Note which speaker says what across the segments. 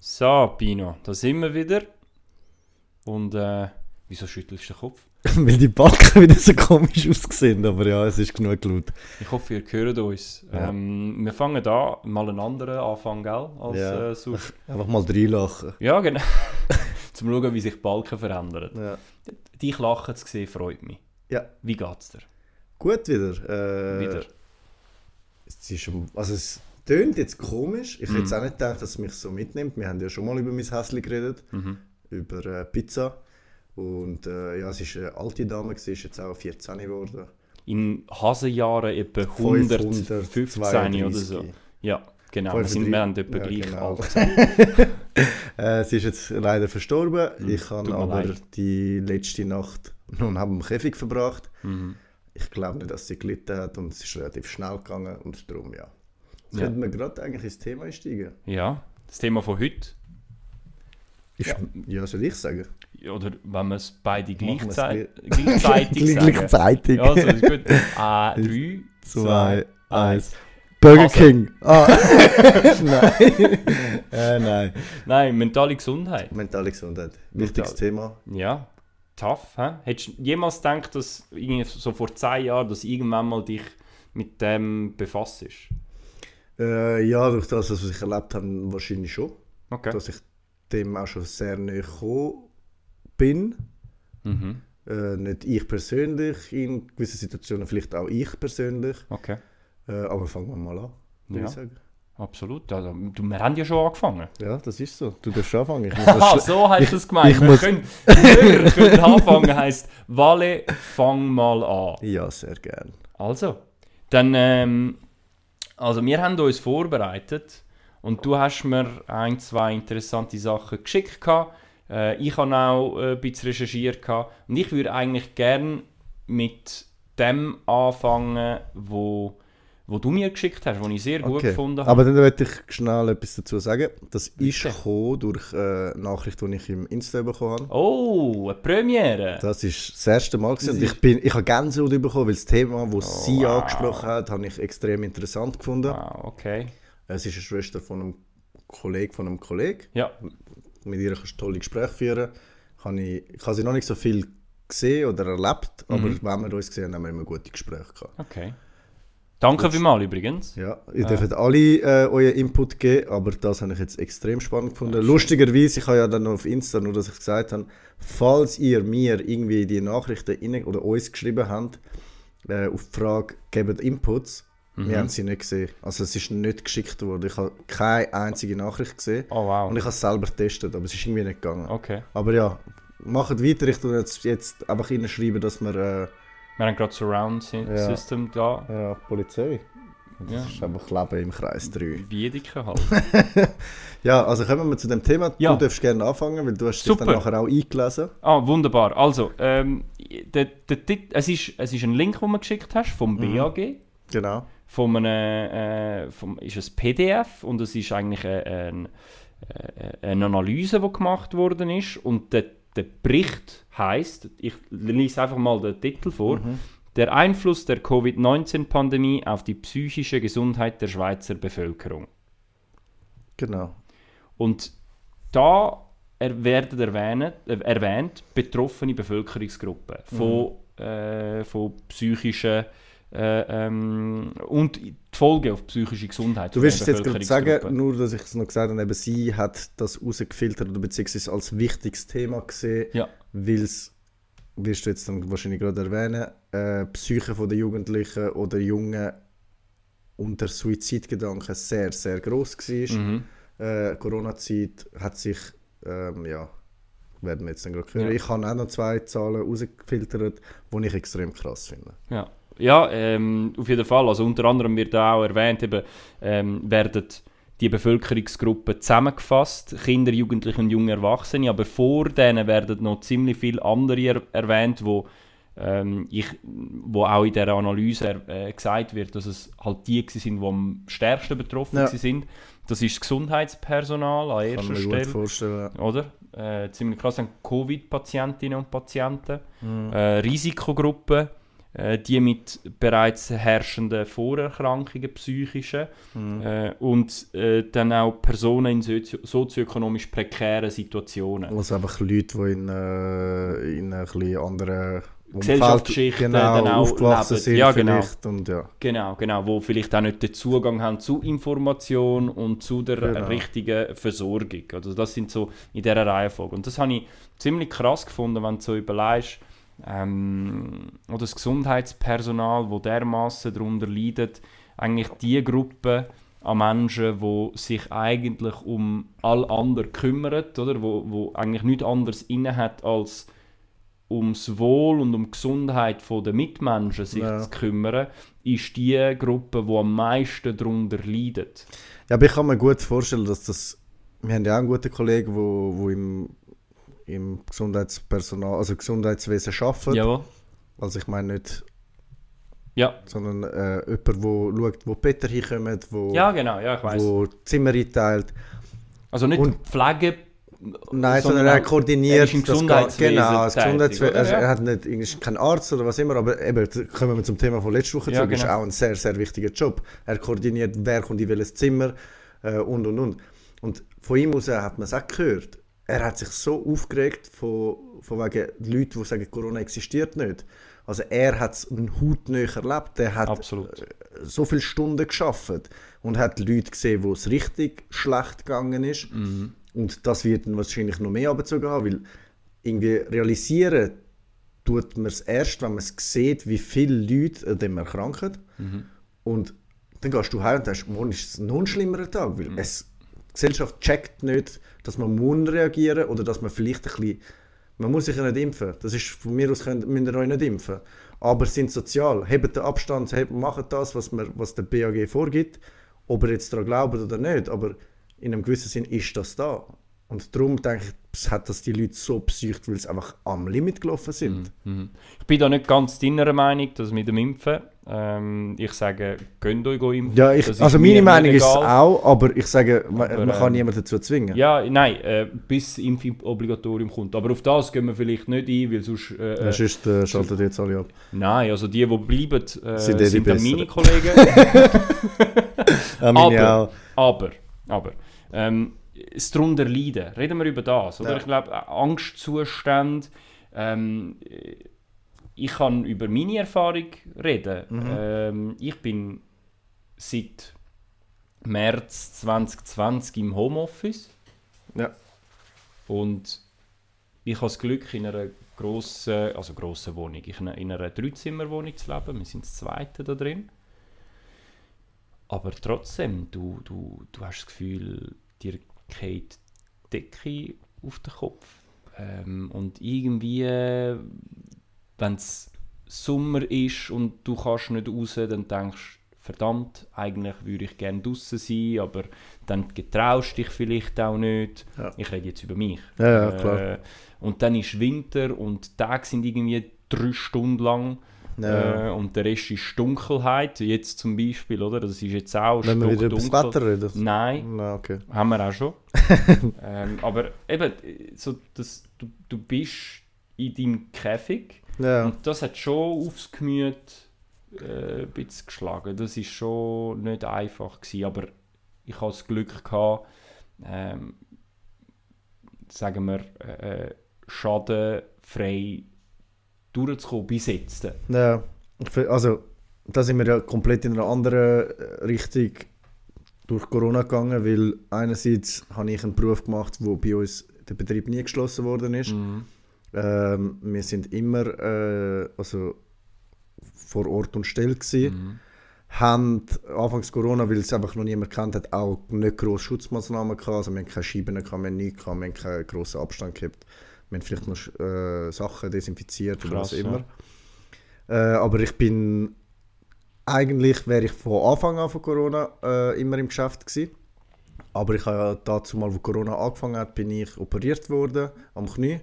Speaker 1: So, Pino, da sind wir wieder. Und äh, wieso schüttelst du den Kopf?
Speaker 2: Weil die Backen wieder so komisch aussehen, aber ja, es ist genug laut.
Speaker 1: Ich hoffe, ihr hört uns.
Speaker 2: Ja.
Speaker 1: Ähm, wir fangen an, mal einen anderen Anfang, gell? Als
Speaker 2: Ja.
Speaker 1: äh, sonst.
Speaker 2: Einfach mal reinlachen.
Speaker 1: Ja, genau. Zum schauen, wie sich die Balken verändern.
Speaker 2: Ja.
Speaker 1: Dich lachen zu sehen, freut mich.
Speaker 2: Ja.
Speaker 1: Wie geht's dir?
Speaker 2: Gut wieder. Äh,
Speaker 1: Wieder.
Speaker 2: Es ist, am- also es tönt jetzt komisch. Ich hätte jetzt auch nicht gedacht, dass es mich so mitnimmt. Wir haben ja schon mal über mein Häsli geredet, über äh, Pizza. Und äh, ja, es ist eine alte Dame, sie ist jetzt auch 14 geworden.
Speaker 1: In Hasenjahren etwa 115 oder so.
Speaker 2: 532.
Speaker 1: Ja, genau. Wir, sind, wir haben etwa
Speaker 2: Ja,
Speaker 1: gleich
Speaker 2: genau.
Speaker 1: alt.
Speaker 2: Äh, sie ist jetzt leider verstorben. Ich
Speaker 1: Hm, tut
Speaker 2: habe
Speaker 1: mir
Speaker 2: aber
Speaker 1: leid.
Speaker 2: die letzte Nacht noch neben dem Käfig verbracht.
Speaker 1: Mhm.
Speaker 2: Ich glaube nicht, dass sie gelitten hat und es ist relativ schnell gegangen und darum ja.
Speaker 1: Ja.
Speaker 2: Könnten wir gerade eigentlich ins Thema einsteigen?
Speaker 1: Ja, das Thema von heute.
Speaker 2: Ist, ja. soll ich sagen?
Speaker 1: Oder wenn wir es beide
Speaker 2: Machen wir's
Speaker 1: gleichzei gleichzeitig sagen.
Speaker 2: Gleichzeitig.
Speaker 1: Ja, also ist gut. Ah, drei,
Speaker 2: Zwei,
Speaker 1: zwei,
Speaker 2: eins. Burger
Speaker 1: Also.
Speaker 2: King. Ah. nein. äh, nein.
Speaker 1: Nein, mentale Gesundheit.
Speaker 2: Mentale Gesundheit. Wichtiges
Speaker 1: Mental.
Speaker 2: Thema.
Speaker 1: Ja, tough. Hä? Hättest du jemals gedacht, dass irgendwie so vor zwei Jahren, dass irgendwann mal dich mit dem befasst?
Speaker 2: Äh, ja, durch das, was ich erlebt habe, wahrscheinlich schon.
Speaker 1: Okay.
Speaker 2: dass ich dem auch schon sehr näher gekommen bin.
Speaker 1: Mhm.
Speaker 2: Äh, nicht ich persönlich, in gewissen Situationen vielleicht auch ich persönlich.
Speaker 1: Okay.
Speaker 2: Äh, aber fangen wir mal an, würde
Speaker 1: Ja.
Speaker 2: ich sagen.
Speaker 1: Absolut. Also, du, wir haben ja schon angefangen.
Speaker 2: Ja, das ist so. Du darfst anfangen. Ich muss
Speaker 1: Aha,
Speaker 2: das schle-
Speaker 1: so heißt das gemeint.
Speaker 2: ich
Speaker 1: wir
Speaker 2: muss-
Speaker 1: können, wir können anfangen, heisst, Vale, fang mal an.
Speaker 2: ja, sehr gerne.
Speaker 1: Also, dann, ähm, also wir haben uns vorbereitet und du hast mir ein, zwei interessante Sachen geschickt. gehabt. Äh, ich habe auch äh, ein bisschen recherchiert. gehabt. Und ich würde eigentlich gerne mit dem anfangen, wo, wo du mir geschickt hast, wo ich sehr gut gefunden habe.
Speaker 2: Aber dann möchte ich schnell etwas dazu sagen. Das ist gekommen durch äh, eine Nachricht, die ich im Insta bekommen habe.
Speaker 1: Oh, eine Premiere!
Speaker 2: Das ist das erste Mal gewesen.
Speaker 1: Das
Speaker 2: und ich, bin, ich habe Gänsehaut bekommen, weil das Thema,
Speaker 1: Oh,
Speaker 2: das sie angesprochen hat, habe ich extrem interessant gefunden.
Speaker 1: Ah, okay.
Speaker 2: Es ist eine Schwester von einem Kollegen von einem Kollegen.
Speaker 1: Ja,
Speaker 2: Mit ihr kannst du tolle Gespräche führen. Habe ich, ich habe sie noch nicht so viel gesehen oder erlebt, aber wenn wir uns gesehen haben, haben wir immer gute Gespräche gehabt.
Speaker 1: okay. Danke vielmals übrigens.
Speaker 2: Ja, ihr dürft alle äh, euren Input geben, aber das habe ich jetzt extrem spannend gefunden. Lustigerweise, ich habe ja dann noch auf Insta, nur dass ich gesagt habe, falls ihr mir irgendwie die Nachrichten rein, oder uns geschrieben habt, äh, auf die Frage, gebt Inputs, wir haben sie nicht gesehen. Also es ist nicht geschickt worden. Ich habe keine einzige Nachricht gesehen.
Speaker 1: Oh, wow.
Speaker 2: Und ich habe es selber getestet, aber es ist irgendwie nicht gegangen.
Speaker 1: Okay.
Speaker 2: Aber ja, macht weiter. Ich tue jetzt, jetzt einfach reinschreiben, dass wir. Äh,
Speaker 1: Wir haben gerade Surround System da.
Speaker 2: ja, Polizei. Das
Speaker 1: Ja.
Speaker 2: ist einfach Leben im Kreis 3.
Speaker 1: Wiedeke halt.
Speaker 2: Ja, also kommen wir zu dem Thema.
Speaker 1: Ja.
Speaker 2: Du darfst gerne anfangen, weil du hast
Speaker 1: Super.
Speaker 2: dich dann nachher auch eingelesen.
Speaker 1: Ah, wunderbar. Also, ähm, der, der Tit es, ist, es ist ein Link, den du mir geschickt hast, vom BAG.
Speaker 2: Genau.
Speaker 1: Vom, äh, vom, ist es PDF und es ist eigentlich ein, ein, äh, eine Analyse, die gemacht worden ist. Und der, der Bericht heißt, ich lese einfach mal den Titel vor, der Einfluss der Covid-19-Pandemie auf die psychische Gesundheit der Schweizer Bevölkerung.
Speaker 2: Genau.
Speaker 1: Und da er werden erwähnt, äh, erwähnt betroffene Bevölkerungsgruppen
Speaker 2: Mhm.
Speaker 1: von, äh, von psychischen äh, ähm, und die Folgen auf die psychische Gesundheit.
Speaker 2: Du
Speaker 1: von
Speaker 2: wirst es
Speaker 1: diesen
Speaker 2: jetzt gerade
Speaker 1: Bevölkerungsgruppen.
Speaker 2: sagen, nur dass ich es noch gesagt habe, eben sie hat das rausgefiltert oder beziehungsweise als wichtiges Thema gesehen,
Speaker 1: Ja.
Speaker 2: weil es, wirst du jetzt dann wahrscheinlich gerade erwähnen, äh, Psyche von der Jugendlichen oder Jungen unter Suizidgedanken sehr, sehr gross war.
Speaker 1: Mhm.
Speaker 2: Äh, Corona-Zeit hat sich, ähm, ja, werden wir jetzt dann gerade hören.
Speaker 1: Ja.
Speaker 2: Ich habe auch noch zwei Zahlen rausgefiltert, die ich extrem krass finde.
Speaker 1: Ja, ja ähm, auf jeden Fall. Also unter anderem wird da auch erwähnt, eben, ähm, werden die Bevölkerungsgruppen zusammengefasst, Kinder, Jugendliche und junge Erwachsene. Aber vor denen werden noch ziemlich viele andere er erwähnt, wo, ähm, ich, wo auch in der Analyse er, äh, gesagt wird, dass es halt die gewesen sind, die am stärksten betroffen
Speaker 2: Ja.
Speaker 1: gewesen sind. Das ist das Gesundheitspersonal an
Speaker 2: Kann
Speaker 1: erster
Speaker 2: man mir gut
Speaker 1: Stelle
Speaker 2: vorstellen.
Speaker 1: oder? Äh, ziemlich krass sind Covid-Patientinnen und Patienten, äh, Risikogruppen, äh, die mit bereits herrschenden Vorerkrankungen, psychischen äh, und äh, dann auch Personen in sozio sozioökonomisch prekären Situationen.
Speaker 2: Also einfach Leute, die in, äh, in ein bisschen anderen Umfeld
Speaker 1: Gesellschaftsschichten
Speaker 2: genau,
Speaker 1: dann auch
Speaker 2: aufgewachsen
Speaker 1: leben.
Speaker 2: sind
Speaker 1: Ja, genau.
Speaker 2: vielleicht. Und ja.
Speaker 1: Genau, genau, wo vielleicht auch nicht den Zugang haben zu Information und zu der
Speaker 2: Genau.
Speaker 1: richtigen Versorgung. Also das sind so in dieser Reihenfolge. Und das habe ich ziemlich krass gefunden, wenn du so überlegst, ähm, oder das Gesundheitspersonal, wo dermaßen darunter leidet, eigentlich die Gruppe an Menschen, wo sich eigentlich um all andere kümmert, oder wo, wo eigentlich nichts anderes inne hat als ums Wohl und um die Gesundheit der Mitmenschen sich
Speaker 2: Ja.
Speaker 1: zu kümmern, ist die Gruppe, die am meisten darunter leidet.
Speaker 2: Ja, aber ich kann mir gut vorstellen, dass das. Wir haben ja auch einen guten Kollegen, wo, wo im, im Gesundheitspersonal, also Gesundheitswesen arbeitet.
Speaker 1: Jawohl.
Speaker 2: Also ich meine nicht,
Speaker 1: Ja.
Speaker 2: sondern äh, jemand, wo schaut, wo die Betten hinkommen, wo,
Speaker 1: ja, genau, ja, ich weiß.
Speaker 2: wo die Zimmer einteilt.
Speaker 1: Also nicht
Speaker 2: und-
Speaker 1: Pflege.
Speaker 2: Nein, sondern er koordiniert.
Speaker 1: er ist im
Speaker 2: das Ganze.
Speaker 1: Gesundheitswesen
Speaker 2: Genau, das
Speaker 1: tätig,
Speaker 2: Gesundheitswesen.
Speaker 1: oder?
Speaker 2: Also
Speaker 1: Ja.
Speaker 2: er hat nicht, er ist kein Arzt oder was immer, aber eben, da kommen wir zum Thema von letzter Woche
Speaker 1: Ja,
Speaker 2: zurück. Ist
Speaker 1: genau.
Speaker 2: auch ein sehr, sehr wichtiger Job. Er koordiniert, wer kommt in welches Zimmer äh, und und und. Und von ihm aus hat man es auch gehört. Er hat sich so aufgeregt von, von wegen Leuten, die sagen, Corona existiert nicht. Also er hat es hautnah erlebt. Er hat
Speaker 1: Absolut.
Speaker 2: so viele Stunden geschafft und hat Leute gesehen, wo es richtig schlecht gegangen ist. Und das wird ihn wahrscheinlich noch mehr abgezogen haben, weil irgendwie realisieren tut man es erst, wenn man es sieht, wie viele Leute an dem erkranken. Und dann gehst du heim und denkst, morgen ist es noch ein schlimmerer Tag,
Speaker 1: Mhm.
Speaker 2: weil es, die Gesellschaft checkt nicht, dass man muss reagieren oder dass man vielleicht ein bisschen man muss sich ja nicht impfen. Das ist von mir aus könnt, müsst ihr euch nicht impfen. Aber sind sozial, hebt den Abstand, hebt, macht das, was, man, was der BAG vorgibt. Ob ihr jetzt daran glaubt oder nicht, aber in einem gewissen Sinn ist das da. Und darum denke ich, es hat das die Leute so psycht, weil sie einfach am Limit gelaufen sind.
Speaker 1: Mhm. Ich bin da nicht ganz deiner Meinung, dass mit dem Impfen. Ähm, ich sage, könnt euch impfen.
Speaker 2: Ja, ich,
Speaker 1: Das ist
Speaker 2: also
Speaker 1: mir
Speaker 2: meine
Speaker 1: nicht
Speaker 2: Meinung ist es
Speaker 1: egal.
Speaker 2: auch, aber ich sage, man,
Speaker 1: Aber,
Speaker 2: man kann
Speaker 1: ähm,
Speaker 2: niemanden dazu zwingen.
Speaker 1: Ja, nein, äh, bis das Impfobligatorium kommt. Aber auf das gehen wir vielleicht nicht ein, weil sonst. Äh,
Speaker 2: Ja,
Speaker 1: äh,
Speaker 2: sonst äh, schaltet jetzt alle ab.
Speaker 1: nein, also die, die bleiben, äh,
Speaker 2: Sind
Speaker 1: sind,
Speaker 2: eh die
Speaker 1: dann
Speaker 2: Besseren.
Speaker 1: meine Kollegen.
Speaker 2: Äh, meine
Speaker 1: aber,
Speaker 2: auch.
Speaker 1: aber, aber, ähm, das drunter leiden, reden wir über das, oder?
Speaker 2: Ja.
Speaker 1: Ich glaube, äh, Angstzustände, ähm, äh, ich kann über meine Erfahrung reden. Ähm, ich bin seit März 2020 im Homeoffice
Speaker 2: Ja.
Speaker 1: und ich habe das Glück, in einer grossen, also grossen Wohnung, in einer, in einer Dreizimmerwohnung zu leben. Wir sind das Zweite da drin. Aber trotzdem, du, du, du hast das Gefühl, dir geht die Decke auf den Kopf. Ähm, und irgendwie, wenn es Sommer ist und du kannst nicht raus, dann denkst du, verdammt, eigentlich würde ich gerne draußen sein, aber dann getraust dich vielleicht auch nicht.
Speaker 2: Ja.
Speaker 1: Ich rede jetzt über mich.
Speaker 2: Ja, ja, klar.
Speaker 1: Äh, und dann ist Winter und die Tage sind irgendwie drei Stunden lang.
Speaker 2: Ja.
Speaker 1: Äh, und der Rest ist Dunkelheit. Jetzt zum Beispiel, oder? Das ist jetzt auch
Speaker 2: Wenn wir wieder über das
Speaker 1: stockdunkel.
Speaker 2: Wetter reden. Mhm.
Speaker 1: Nein,
Speaker 2: Na, okay.
Speaker 1: haben wir auch schon. ähm, aber eben, äh, so, das, du, du bist in deinem Käfig
Speaker 2: Ja.
Speaker 1: und das hat schon aufs Gemüt äh, ein bisschen geschlagen. Das ist schon nicht einfach gewesen, aber ich hatte das Glück gehabt, ähm, sagen wir, äh, schadenfrei durchzukommen bis jetzt.
Speaker 2: Ja, ich fi- also da sind wir ja komplett in einer anderen äh, Richtung durch Corona gegangen, weil einerseits habe ich einen Beruf gemacht, wo bei uns der Betrieb nie geschlossen worden ist. Ähm, wir sind immer äh, also vor Ort und Stelle gewesen.
Speaker 1: Mhm.
Speaker 2: Haben anfangs Corona, weil es einfach noch niemand kennt hat, auch nicht grosse Schutzmaßnahmen gehabt. Also wir haben keine Scheiben, gehabt, wir haben nichts, gehabt, wir haben keinen grossen Abstand gehabt. Wir haben vielleicht noch äh, Sachen desinfiziert oder
Speaker 1: Krass,
Speaker 2: was immer.
Speaker 1: ja.
Speaker 2: Äh, aber ich bin eigentlich wäre ich von Anfang an von Corona äh, immer im Geschäft gewesen. Aber ich habe ja dazu mal, wo Corona angefangen hat, bin ich operiert worden am Knie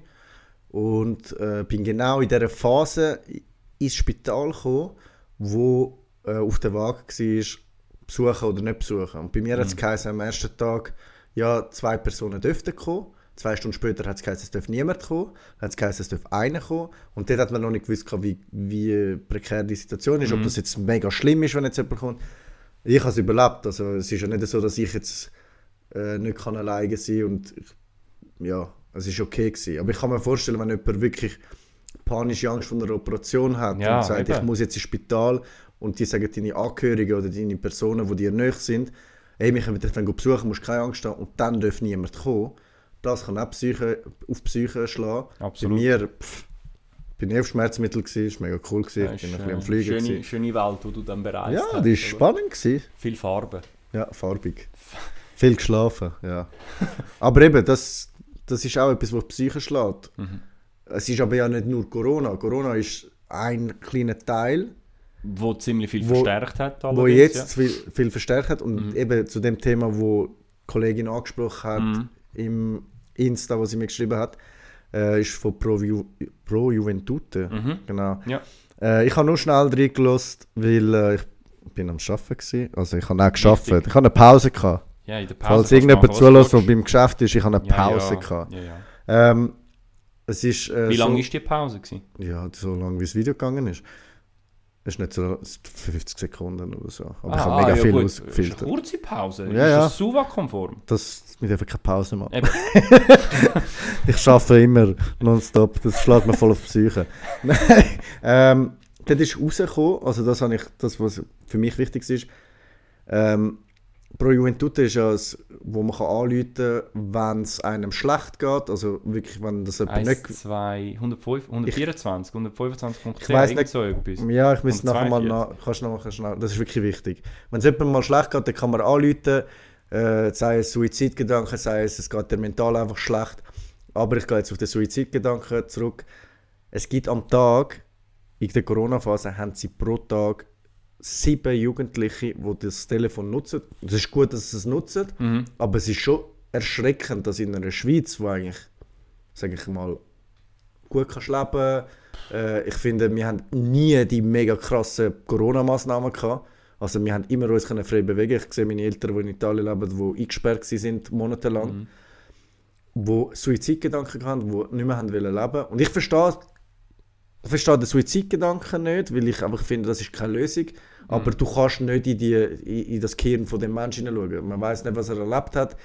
Speaker 2: und äh, bin genau in dieser Phase i- ins Spital gekommen, wo äh, auf der Waage war, besuchen oder nicht besuchen. Und bei mir hat es geheißen, am ersten Tag, ja, zwei Personen dürften kommen, Zwei Stunden später hat es geheißen, es darf niemand kommen. Dann hat es geheißen, es darf einer kommen. Und dort hat man noch nicht gewusst, wie, wie prekär die Situation ist, ob das jetzt mega schlimm ist, wenn jetzt jemand kommt. Ich habe es überlebt. Also, es ist ja nicht so, dass ich jetzt äh, nicht kann alleine sein kann. Und ich, ja, es ist okay. Gewesen. Aber ich kann mir vorstellen, wenn jemand wirklich panische Angst vor einer Operation hat
Speaker 1: Ja,
Speaker 2: und sagt,
Speaker 1: eben.
Speaker 2: ich muss jetzt ins Spital und die sagen deine Angehörigen oder deine Personen, die dir nahe sind, hey, wir können dich dann besuchen, musst keine Angst haben und dann darf niemand kommen. Das kann auch Psyche, auf Psyche schlagen.
Speaker 1: Absolut.
Speaker 2: Bei mir, pff, bin ich auf Schmerzmittel, gewesen, ist mega cool, gewesen, ich bin ein bisschen am Fliegen.
Speaker 1: äh, schöne,
Speaker 2: gewesen.
Speaker 1: schöne Welt, die du dann bereist
Speaker 2: Ja,
Speaker 1: hast.
Speaker 2: das war
Speaker 1: oder?
Speaker 2: spannend. Gewesen.
Speaker 1: Viel Farbe.
Speaker 2: Ja, farbig. Viel geschlafen, ja. aber eben, das, das ist auch etwas, was die Psyche schlägt.
Speaker 1: Mhm.
Speaker 2: Es ist aber ja nicht nur Corona. Corona ist ein kleiner Teil,
Speaker 1: Wo ziemlich viel
Speaker 2: Wo-
Speaker 1: verstärkt hat.
Speaker 2: wo
Speaker 1: allerdings,
Speaker 2: jetzt
Speaker 1: ja. Mhm.
Speaker 2: viel, viel verstärkt hat. Und eben zu dem Thema, wo die Kollegin angesprochen hat,
Speaker 1: Mhm.
Speaker 2: im Insta, was sie mir geschrieben hat, äh, ist von Pro, Ju Pro Juventute. Genau.
Speaker 1: Mhm. Ja.
Speaker 2: Äh, ich habe nur schnell reingelassen, weil äh, ich bin am Arbeiten war. Also ich habe auch geschafft. Ich
Speaker 1: Wichtig.
Speaker 2: habe eine Pause gehabt.
Speaker 1: Ja, in der Pause
Speaker 2: Falls
Speaker 1: kannst du
Speaker 2: irgendjemand
Speaker 1: machen, was
Speaker 2: zulässt
Speaker 1: du
Speaker 2: und beim Geschäft ist, ich habe eine
Speaker 1: willst. Ja,
Speaker 2: Pause
Speaker 1: ja.
Speaker 2: gehabt.
Speaker 1: Ja, ja.
Speaker 2: Ähm, es ist, äh,
Speaker 1: Wie
Speaker 2: so,
Speaker 1: lange war die Pause? Gewesen?
Speaker 2: Ja, so lange wie das Video gegangen ist. Es ist nicht so es ist 50 Sekunden oder so. Aber
Speaker 1: Ah,
Speaker 2: ich habe
Speaker 1: ja,
Speaker 2: mega viel
Speaker 1: gut. Ist
Speaker 2: ausgefiltert.
Speaker 1: eine kurze Pause.
Speaker 2: Ja,
Speaker 1: ist
Speaker 2: ja.
Speaker 1: das SUVA-konform?
Speaker 2: Das, wir dürfen keine Pause machen.
Speaker 1: Eben.
Speaker 2: ich arbeite immer nonstop, das schlägt mir voll auf die Psyche. Nein, ähm, dort ist rausgekommen, also das, habe ich, das was für mich wichtig ist, ähm, Pro Juventute ist ja es, wo man kann anrufen kann, wenn es einem schlecht geht, also wirklich, wenn das jemand
Speaker 1: 1,
Speaker 2: nicht...
Speaker 1: 2, 105, 124, 125.10,
Speaker 2: Ich weiss
Speaker 1: irgend
Speaker 2: nicht-
Speaker 1: so etwas.
Speaker 2: Ja, ich muss
Speaker 1: Und
Speaker 2: nachher mal
Speaker 1: 42.
Speaker 2: nach, kannst du noch mal schnell, das ist wirklich wichtig. Wenn es jemandem mal schlecht geht, dann kann man anrufen, äh, sei es Suizidgedanken, sei es, es geht dir mental einfach schlecht. Aber ich gehe jetzt auf den Suizidgedanken zurück. Es gibt am Tag, in der Corona-Phase, haben sie pro Tag sieben Jugendliche, die das Telefon nutzen. Es ist gut, dass sie es nutzen,
Speaker 1: Mhm.
Speaker 2: aber es ist schon erschreckend, dass in einer Schweiz, wo eigentlich, sage ich mal, gut kannst leben. Äh, ich finde, wir haben nie die mega krassen Corona-Massnahmen gehabt. Also wir haben immer uns können frei bewegen. Ich sehe meine Eltern, die in Italien leben, die eingesperrt waren, sind monatelang, wo Suizidgedanken hatten, die nicht mehr haben wollen leben. Und ich verstehe, ich verstehe den Suizidgedanken nicht, weil ich einfach finde, das ist keine Lösung.
Speaker 1: Mhm.
Speaker 2: Aber du kannst nicht in, die, in, in das Gehirn von dem Menschen hineinschauen. Man weiß nicht, was er erlebt hat.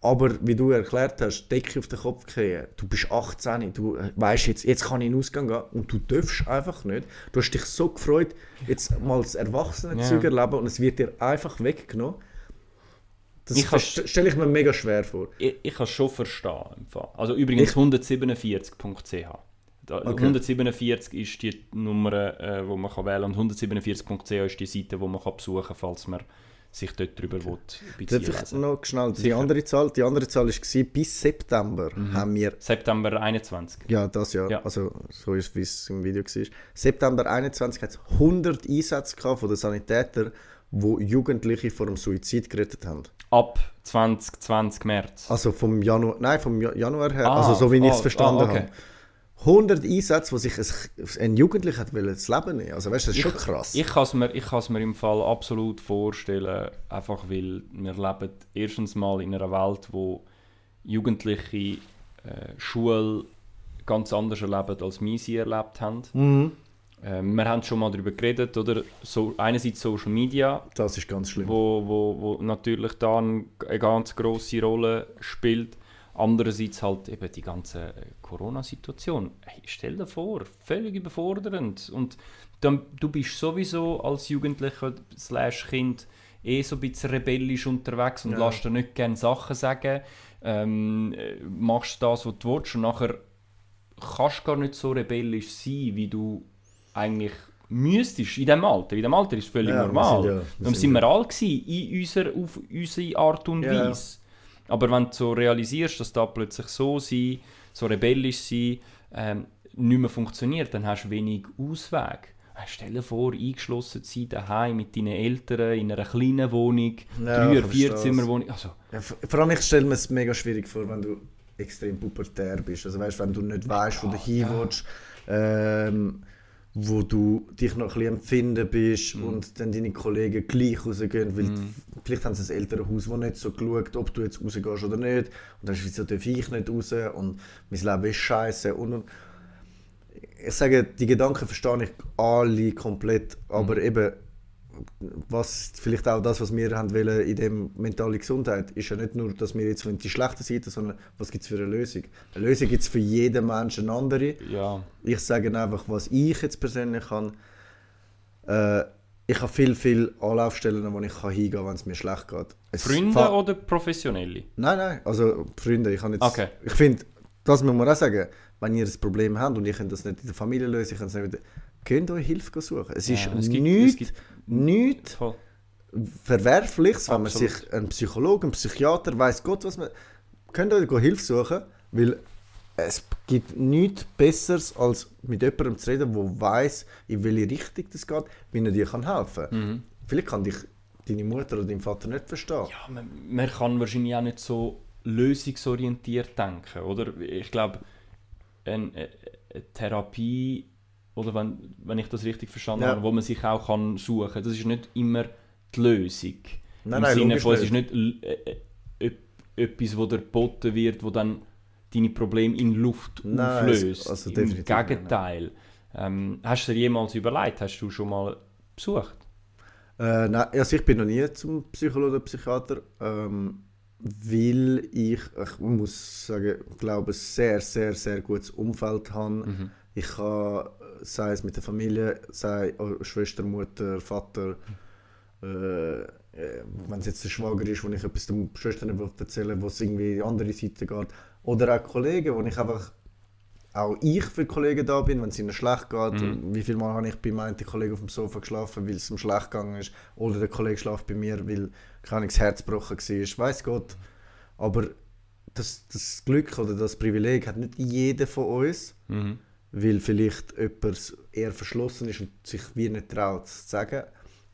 Speaker 2: Aber wie du erklärt hast, Decke auf den Kopf kriegen, du bist 18, du weißt jetzt, jetzt kann ich in den Ausgang gehen und du darfst einfach nicht. Du hast dich so gefreut, jetzt mal das erwachsene zu
Speaker 1: Ja.
Speaker 2: erleben und es wird dir einfach weggenommen. Das
Speaker 1: Ich kann's-
Speaker 2: stelle ich mir mega schwer vor.
Speaker 1: Ich, ich kann es schon verstehen. Im Fall. Also übrigens 147.ch. Da- 147 ist die Nummer, äh, wo man kann wählen kann. Und 147.ch ist die Seite, die man kann besuchen kann, falls man sich dort drüber okay. will,
Speaker 2: Darf
Speaker 1: beziehen
Speaker 2: ich
Speaker 1: will.
Speaker 2: noch schnell die andere Zahl? Die andere Zahl war, bis September haben wir
Speaker 1: September 21.
Speaker 2: Ja, das Jahr.
Speaker 1: Mhm. Ja.
Speaker 2: Also, so ist es, wie es im Video war. September 21 hat es 100 Einsätze gehabt von den Sanitätern, wo Jugendliche vor dem Suizid gerettet haben.
Speaker 1: Ab 2020 März.
Speaker 2: Also vom Januar, nein, vom Ja- Januar her,
Speaker 1: Ah,
Speaker 2: also so wie ich es
Speaker 1: ah,
Speaker 2: verstanden
Speaker 1: ah, okay.
Speaker 2: habe. 100 Einsätze, wo sich ein, ein Jugendlicher hat wollen, das Leben nehmen. Also weißt du, das ist schon krass.
Speaker 1: Ich kann es mir, ich kann's mir im Fall absolut vorstellen, einfach weil wir leben erstens mal in einer Welt, wo Jugendliche äh, Schule ganz anders erleben, als wir sie erlebt haben. Ähm, wir haben schon mal darüber geredet, oder? So, einerseits Social Media,
Speaker 2: das ist ganz schlimm.
Speaker 1: wo, wo, wo natürlich da ein- eine ganz große Rolle spielt. Andererseits halt eben die ganze äh, Corona-Situation. Hey, stell dir vor, völlig überfordernd. Und dann, du bist sowieso als Jugendlicher slash Kind eh so ein bisschen rebellisch unterwegs und
Speaker 2: Ja.
Speaker 1: lässt dir nicht gerne Sachen sagen. Ähm, äh, machst das, was du willst und nachher kannst gar nicht so rebellisch sein, wie du eigentlich müsstest in diesem Alter. In diesem Alter ist es völlig
Speaker 2: Ja, wir
Speaker 1: normal.
Speaker 2: sind ja- wir
Speaker 1: Darum
Speaker 2: sind
Speaker 1: sind
Speaker 2: ja-
Speaker 1: wir alle gewesen, in unserer, auf unsere Art und
Speaker 2: Ja, ja.
Speaker 1: Weise. Aber wenn du so realisierst, dass da plötzlich so sein, so rebellisch sein, ähm, nicht mehr funktioniert, dann hast du wenig Ausweg. Äh, Stell dir vor, eingeschlossen zu sein, daheim mit deinen Eltern, in einer kleinen Wohnung,
Speaker 2: Ja,
Speaker 1: drei,
Speaker 2: ich
Speaker 1: vier
Speaker 2: verstehe
Speaker 1: Zimmer Wohnung. Also,
Speaker 2: Ja, v- vor allem, ich stelle mir es mega schwierig vor, wenn du extrem pubertär bist. Also weißt, wenn du nicht weißt, wo du hin willst, ähm, wo du dich noch ein bisschen empfinden bist und dann deine Kollegen gleich rausgehen, weil vielleicht haben sie ein Elternhaus, das nicht so schaut, ob du jetzt rausgehst oder nicht. Und dann ist es so, darf ich nicht raus und mein Leben ist scheiße und, und. Ich sage, die Gedanken verstehe ich alle komplett, aber
Speaker 1: Mhm.
Speaker 2: eben, was vielleicht auch das, was wir haben wollen in dem mentale Gesundheit, ist ja nicht nur, dass wir jetzt wollen die schlechte Seite, sondern was gibt es für eine Lösung? Eine Lösung gibt es für jeden Menschen eine andere.
Speaker 1: Ja.
Speaker 2: Ich sage einfach, was ich jetzt persönlich kann. Äh, ich habe viel, viel Anlaufstellen, wo ich kann hingehen kann, wenn es mir schlecht geht. Es
Speaker 1: Freunde
Speaker 2: fa-
Speaker 1: oder Professionelle?
Speaker 2: Nein, nein, also Freunde, ich kann jetzt...
Speaker 1: Okay.
Speaker 2: Ich finde, das muss man auch sagen, wenn ihr ein Problem habt und ich könnt das nicht in der Familie lösen, ich kann es nicht... mit- Könnt euch Hilfe suchen. Es ist
Speaker 1: Ja, es gibt-
Speaker 2: nichts,
Speaker 1: es gibt-
Speaker 2: nichts
Speaker 1: Voll.
Speaker 2: Verwerfliches, wenn man
Speaker 1: Absolut.
Speaker 2: sich einen Psychologen, einen Psychiater, weiß Gott was man... Könnt euch Hilfe suchen, weil es gibt nichts Besseres, als mit jemandem zu reden, der weiß, in welche Richtung das geht, wie er dir kann helfen kann.
Speaker 1: Mhm.
Speaker 2: Vielleicht kann dich deine Mutter oder dein Vater nicht verstehen.
Speaker 1: Ja, man, man kann wahrscheinlich auch nicht so lösungsorientiert denken, oder? Ich glaube, ein- äh, eine Therapie, oder wenn, wenn ich das richtig verstanden
Speaker 2: Ja.
Speaker 1: habe, wo man sich auch kann suchen kann, das ist nicht immer die Lösung.
Speaker 2: Nein,
Speaker 1: Im
Speaker 2: nein,
Speaker 1: Sinne
Speaker 2: logisch
Speaker 1: von, es ist nicht l- äh, äh, öp- etwas, wo dir geboten wird, wo dann deine Probleme in Luft
Speaker 2: Nein,
Speaker 1: auflöst.
Speaker 2: es- also
Speaker 1: Im
Speaker 2: definitiv nicht,
Speaker 1: Gegenteil. Ähm, hast du dir jemals überlegt, hast du schon mal besucht?
Speaker 2: Äh, nein, also ich bin noch nie zum Psychologen oder Psychiater, ähm, weil ich, ich muss sagen, ich glaube, ein sehr, sehr, sehr gutes Umfeld habe. Ich kann, äh, sei es mit der Familie, sei auch Schwester, Mutter, Vater, äh, äh, wenn es jetzt der Schwager ist, wo ich etwas der Schwester nicht will erzählen will, wo es irgendwie in die andere Seite geht. Oder auch Kollegen, wo ich einfach auch ich für Kollegen da bin, wenn es ihnen schlecht geht. Wie viel Mal habe ich bei meinen Kollegen auf dem Sofa geschlafen, weil es ihm schlecht gegangen ist. Oder der Kollege schläft bei mir, weil keine Ahnung, das Herz gebrochen war. Weiß Gott. Aber das, das Glück oder das Privileg hat nicht jeder von uns, weil vielleicht jemand eher verschlossen ist und sich wie nicht traut es zu sagen.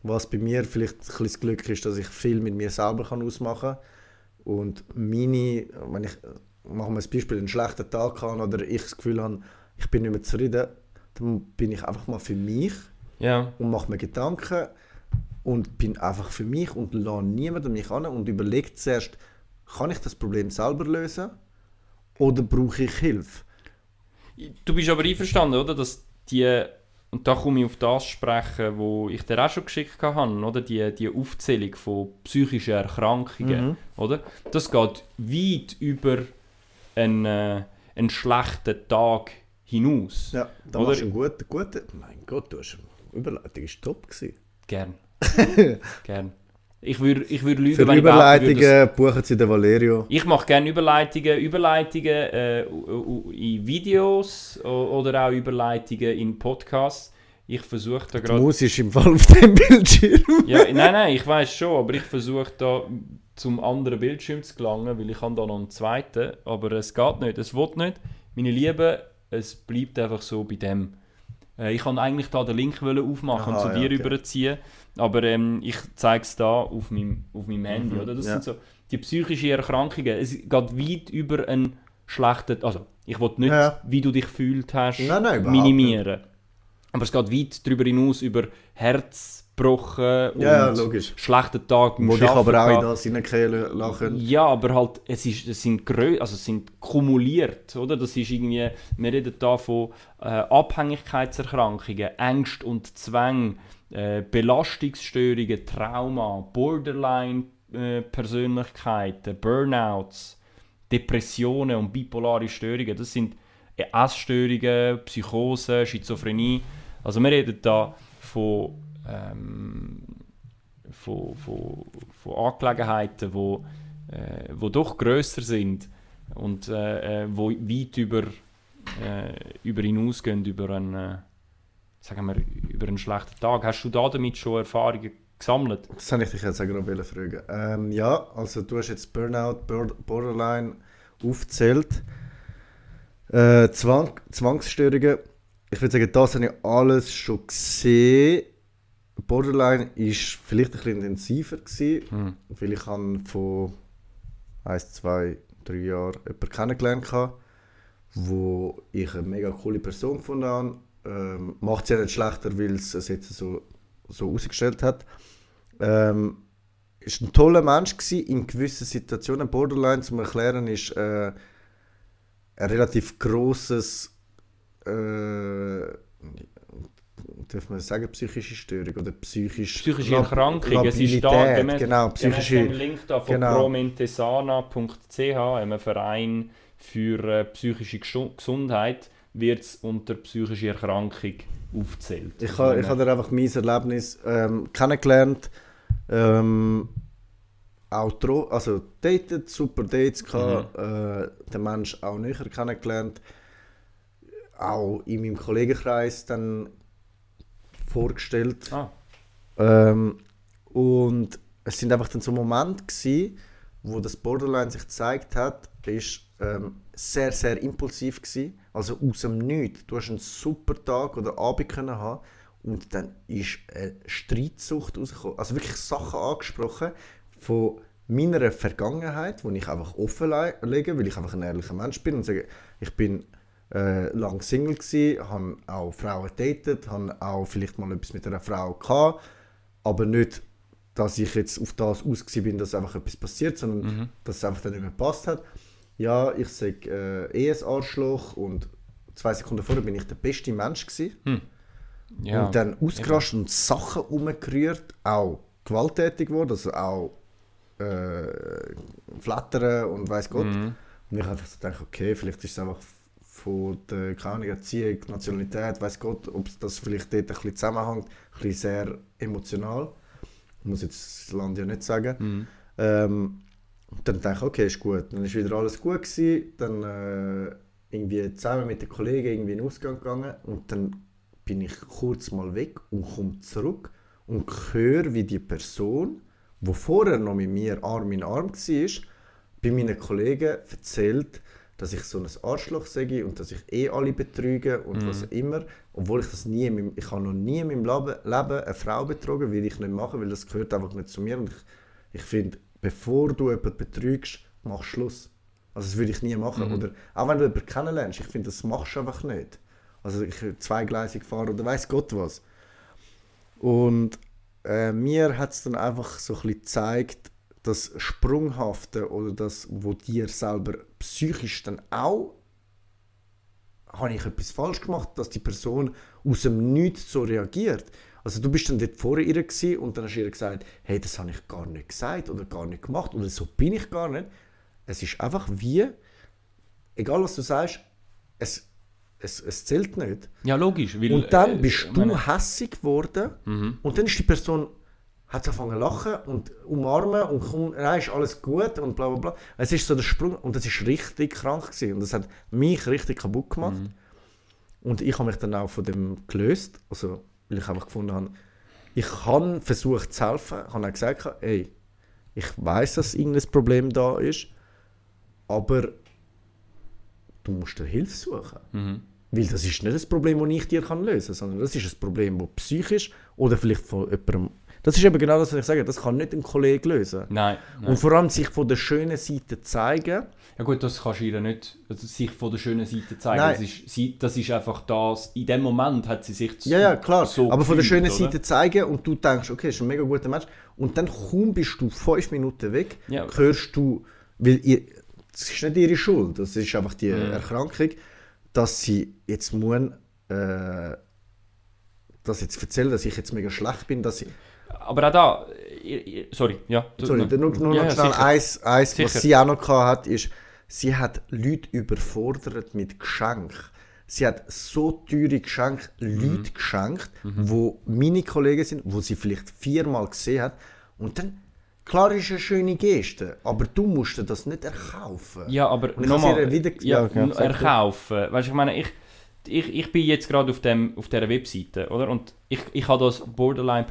Speaker 2: Was bei mir vielleicht ein bisschen das Glück ist, dass ich viel mit mir selber kann ausmachen kann. Und meine, wenn ich, machen wir ein Beispiel, einen schlechten Tag habe oder ich das Gefühl habe, ich bin nicht mehr zufrieden, dann bin ich einfach mal für mich
Speaker 1: Ja.
Speaker 2: und mache mir Gedanken und bin einfach für mich und lasse niemanden an mich an und überlege zuerst, kann ich das Problem selber lösen oder brauche ich Hilfe?
Speaker 1: Du bist aber einverstanden, oder? Dass die, und da komme ich auf das sprechen, wo ich dir auch schon geschickt habe, oder? Die, die Aufzählung von psychischen Erkrankungen,
Speaker 2: Mhm.
Speaker 1: oder? Das geht weit über einen, äh, einen schlechten Tag hinaus.
Speaker 2: Ja, da
Speaker 1: Oder-
Speaker 2: machst du einen guten, guten, mein Gott, du hast Überleitung ist top gewesen.
Speaker 1: Gern. Gern. Ich würde ich würd lügen,
Speaker 2: Für
Speaker 1: wenn ich behaupten würde, dass-
Speaker 2: Überleitungen buchen sie den Valerio.
Speaker 1: Ich mache gerne Überleitungen, Überleitungen äh, u- u- in Videos o- oder auch Überleitungen in Podcasts. Ich versuche da
Speaker 2: Die
Speaker 1: gerade...
Speaker 2: Maus ist im Fall auf dem Bildschirm.
Speaker 1: Ja, nein, nein, ich weiß schon, aber ich versuche da zum anderen Bildschirm zu gelangen, weil ich habe da noch einen zweiten, aber es geht nicht, es wird nicht. Meine Lieben, es bleibt einfach so bei dem. Äh, ich kann eigentlich da den Link wollen aufmachen
Speaker 2: Aha,
Speaker 1: und zu
Speaker 2: ja,
Speaker 1: dir
Speaker 2: okay.
Speaker 1: überziehen, aber ähm, ich zeige es da auf meinem, auf meinem Handy, oder? Das
Speaker 2: Mhm, ja.
Speaker 1: sind so die psychischen Erkrankungen. Es geht weit über einen schlechten, also ich will nicht,
Speaker 2: Ja.
Speaker 1: wie du dich gefühlt hast,
Speaker 2: Nein, nein, überhaupt
Speaker 1: minimieren. Aber es geht weit darüber hinaus, über Herzbrochen und
Speaker 2: Ja, ja, logisch.
Speaker 1: schlechten Tag im
Speaker 2: Muss ich aber auch in
Speaker 1: Arbeiten
Speaker 2: das hineinkehren lassen.
Speaker 1: Ja, aber halt, es, ist, es, sind grö also es sind kumuliert, oder? Das ist irgendwie, wir reden da von äh, Abhängigkeitserkrankungen, Ängste und Zwänge, äh, Belastungsstörungen, Trauma, Borderline-Persönlichkeiten, Burnouts, Depressionen und bipolare Störungen. Das sind Essstörungen, Psychose, Schizophrenie. Also wir reden da von... Ähm, von, von, von Angelegenheiten, wo, äh, wo doch grösser sind und äh, äh, wo weit über, äh, über hinausgehen, über einen, äh, sagen wir, über einen schlechten Tag. Hast du da damit schon Erfahrungen gesammelt?
Speaker 2: Das wollte ich dich jetzt auch gerade fragen. Ähm, ja, also du hast jetzt Burnout, Bor- Borderline aufgezählt. Äh, Zwang, Zwangsstörungen. Ich würde sagen, das habe ich alles schon gesehen. Borderline ist vielleicht ein bisschen intensiver gewesen, weil ich habe von 1, 2, 3 Jahren jemanden kennengelernt habe, wo ich eine mega coole Person gefunden habe. Ähm, macht sie ja nicht schlechter, weil es es jetzt so, so ausgestellt hat. Ähm, ist ein toller Mensch gewesen, in gewissen Situationen. Borderline zum Erklären ist äh, ein relativ großes, äh, darf man sagen, psychische Störung oder psychisch
Speaker 1: Psychische
Speaker 2: Lab-
Speaker 1: Erkrankung, es ist da
Speaker 2: Labilität,
Speaker 1: gemäß-
Speaker 2: genau,
Speaker 1: Ja, wir
Speaker 2: psychische
Speaker 1: haben den Link da von
Speaker 2: genau.
Speaker 1: promintesana.ch, einem Verein für äh, psychische Gesu- Gesundheit, wird es unter psychische Erkrankung aufgezählt.
Speaker 2: Ich habe ich ha da einfach mein Erlebnis ähm, kennengelernt. Ähm, auch tro also datet, super Dates gehabt, äh, den Mensch auch näher kennengelernt. Auch in meinem Kollegenkreis dann vorgestellt.
Speaker 1: Ah,
Speaker 2: Ähm, und es sind einfach dann so Momente gewesen, wo das Borderline sich gezeigt hat, ist ähm, sehr, sehr impulsiv gewesen. Also aus dem Nichts. Du hast einen super Tag oder Abend können haben und dann ist eine Streitsucht rausgekommen. Also wirklich Sachen angesprochen von meiner Vergangenheit, die ich einfach offenlege, weil ich einfach ein ehrlicher Mensch bin und sage, ich bin äh, lang Single gsi, habe auch Frauen datet, habe auch vielleicht mal etwas mit einer Frau gehabt, aber nicht, dass ich jetzt auf das ausgesehen bin, dass einfach etwas passiert, sondern dass es einfach dann nicht mehr gepasst hat. Ja, ich sag äh, eh ein Arschloch und zwei Sekunden vorher bin ich der beste Mensch gsi
Speaker 1: ja.
Speaker 2: und dann ausgerastet und Sachen umgerührt, auch gewalttätig wurde, also auch äh, flattern und weiß Gott. Und ich habe einfach so gedacht, okay, vielleicht ist es einfach von der keine Ahnung, Erziehung, Nationalität, weiß Gott, ob das vielleicht dort ein bisschen zusammenhängt, ein bisschen sehr emotional. Ich muss jetzt das Land ja nicht sagen. Ähm, und dann denke ich, okay, ist gut. Dann ist wieder alles gut gewesen. Dann äh, irgendwie zusammen mit den Kollegen irgendwie in den Ausgang gegangen und dann bin ich kurz mal weg und komme zurück und höre, wie die Person, die vorher noch mit mir Arm in Arm war, bei meinen Kollegen erzählt, dass ich so ein Arschloch sage und dass ich eh alle betrüge und was immer. Obwohl ich das nie, in meinem- ich habe noch nie in meinem Lab- Leben eine Frau betrogen, will ich nicht machen, weil das gehört einfach nicht zu mir. Und ich, ich finde, bevor du jemanden betrügst, mach Schluss. Also das würde ich nie machen. Oder auch wenn du jemanden kennenlernst, ich finde, das machst du einfach nicht. Also ich zweigleisig fahren oder weiß Gott was. Und äh, mir hat es dann einfach so ein bisschen gezeigt, das Sprunghafte oder das, wo dir selber psychisch dann auch habe ich etwas falsch gemacht, dass die Person aus dem Nichts so reagiert. Also du bist dann dort vor ihr gewesen und dann hast du ihr gesagt, hey, das habe ich gar nicht gesagt oder gar nicht gemacht oder so bin ich gar nicht. Es ist einfach wie, egal was du sagst, es, es, es zählt nicht.
Speaker 1: ja, logisch. Weil,
Speaker 2: Und dann
Speaker 1: äh,
Speaker 2: bist
Speaker 1: ich
Speaker 2: du
Speaker 1: meine- Mhm.
Speaker 2: hässig geworden und dann ist die Person hat angefangen zu lachen und umarmen und komm, nein, ist alles gut und bla bla bla. Es ist so der Sprung und das ist richtig krank gewesen und das hat mich richtig kaputt gemacht.
Speaker 1: Mhm.
Speaker 2: Und ich habe mich dann auch von dem gelöst, also weil ich einfach gefunden habe, ich habe versucht zu helfen, habe auch gesagt, ey, ich weiß, dass irgendein Problem da ist, aber du musst dir Hilfe suchen. Weil das ist nicht ein Problem, das ich dir kann lösen kann, sondern das ist ein Problem, das psychisch oder vielleicht von jemandem. Das ist eben genau das, was ich sage. Das kann nicht ein Kollege lösen.
Speaker 1: Nein, nein.
Speaker 2: Und vor allem sich von der schönen Seite zeigen.
Speaker 1: Ja gut, das kannst du ihr nicht also sich von der schönen Seite zeigen.
Speaker 2: Nein.
Speaker 1: Das ist, sie, das ist einfach das. In dem Moment hat sie sich
Speaker 2: Ja, ja, klar.
Speaker 1: so
Speaker 2: aber von der
Speaker 1: gefühlt,
Speaker 2: schönen
Speaker 1: oder?
Speaker 2: Seite zeigen und du denkst, okay, ist ein mega guter Mensch. Und dann kaum bist du fünf Minuten weg,
Speaker 1: Ja.
Speaker 2: hörst du, weil ihr, das ist nicht ihre Schuld, das ist einfach die Erkrankung, dass sie jetzt muss, äh, das jetzt erzählen, dass ich jetzt mega schlecht bin, dass sie,
Speaker 1: Aber auch da... ihr- ihr- Sorry, ja.
Speaker 2: Sorry,
Speaker 1: Nein.
Speaker 2: dann nur, nur
Speaker 1: Ja,
Speaker 2: noch
Speaker 1: ja,
Speaker 2: schnell
Speaker 1: sicher.
Speaker 2: eins, eins
Speaker 1: Sicher.
Speaker 2: was sie auch noch gehabt hat, ist, sie hat Leute überfordert mit Geschenken. Sie hat so teure Geschenke
Speaker 1: Mhm.
Speaker 2: Leute geschenkt, wo meine Kollegen sind, wo sie vielleicht viermal gesehen hat. Und dann, klar ist eine schöne Geste, aber du musst dir das nicht erkaufen.
Speaker 1: Ja, aber
Speaker 2: Und ich
Speaker 1: nochmal,
Speaker 2: hab's ihr wieder-
Speaker 1: ja,
Speaker 2: ja, okay,
Speaker 1: n-
Speaker 2: sag du.
Speaker 1: erkaufen. Weißt du, ich meine, ich, ich, ich bin jetzt gerade auf, dem, auf dieser Webseite, oder? Und ich, ich habe das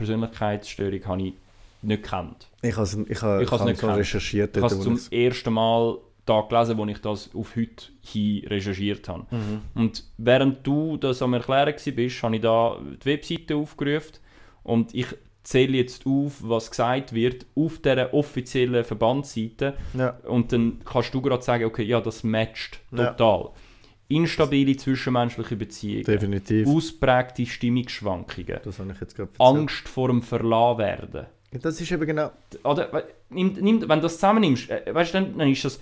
Speaker 1: Borderline-Persönlichkeitsstörung habe ich nicht gekannt.
Speaker 2: Ich habe es ich has,
Speaker 1: Ich has nicht
Speaker 2: so
Speaker 1: gekannt.
Speaker 2: recherchiert.
Speaker 1: Ich
Speaker 2: dort,
Speaker 1: habe es
Speaker 2: wo
Speaker 1: zum
Speaker 2: ich's-
Speaker 1: ersten Mal da gelesen, wo ich das auf heute hin recherchiert habe.
Speaker 2: Mhm.
Speaker 1: Und während du das am Erklären warst, habe ich da die Webseite aufgerufen und ich zähle jetzt auf, was gesagt wird auf dieser offiziellen Verbandsseite
Speaker 2: ja.
Speaker 1: und dann kannst du gerade sagen, okay, ja, das matcht
Speaker 2: Ja.
Speaker 1: total. Instabile zwischenmenschliche Beziehungen,
Speaker 2: Definitiv.
Speaker 1: ausprägte Stimmungsschwankungen,
Speaker 2: Das habe ich jetzt gerade erzählt.
Speaker 1: Angst vor dem Verlassen werden,
Speaker 2: Ja, Das ist eben genau.
Speaker 1: Oder, we- nimm, nimm, wenn du das zusammennimmst, äh, weißt du, dann, dann ist das.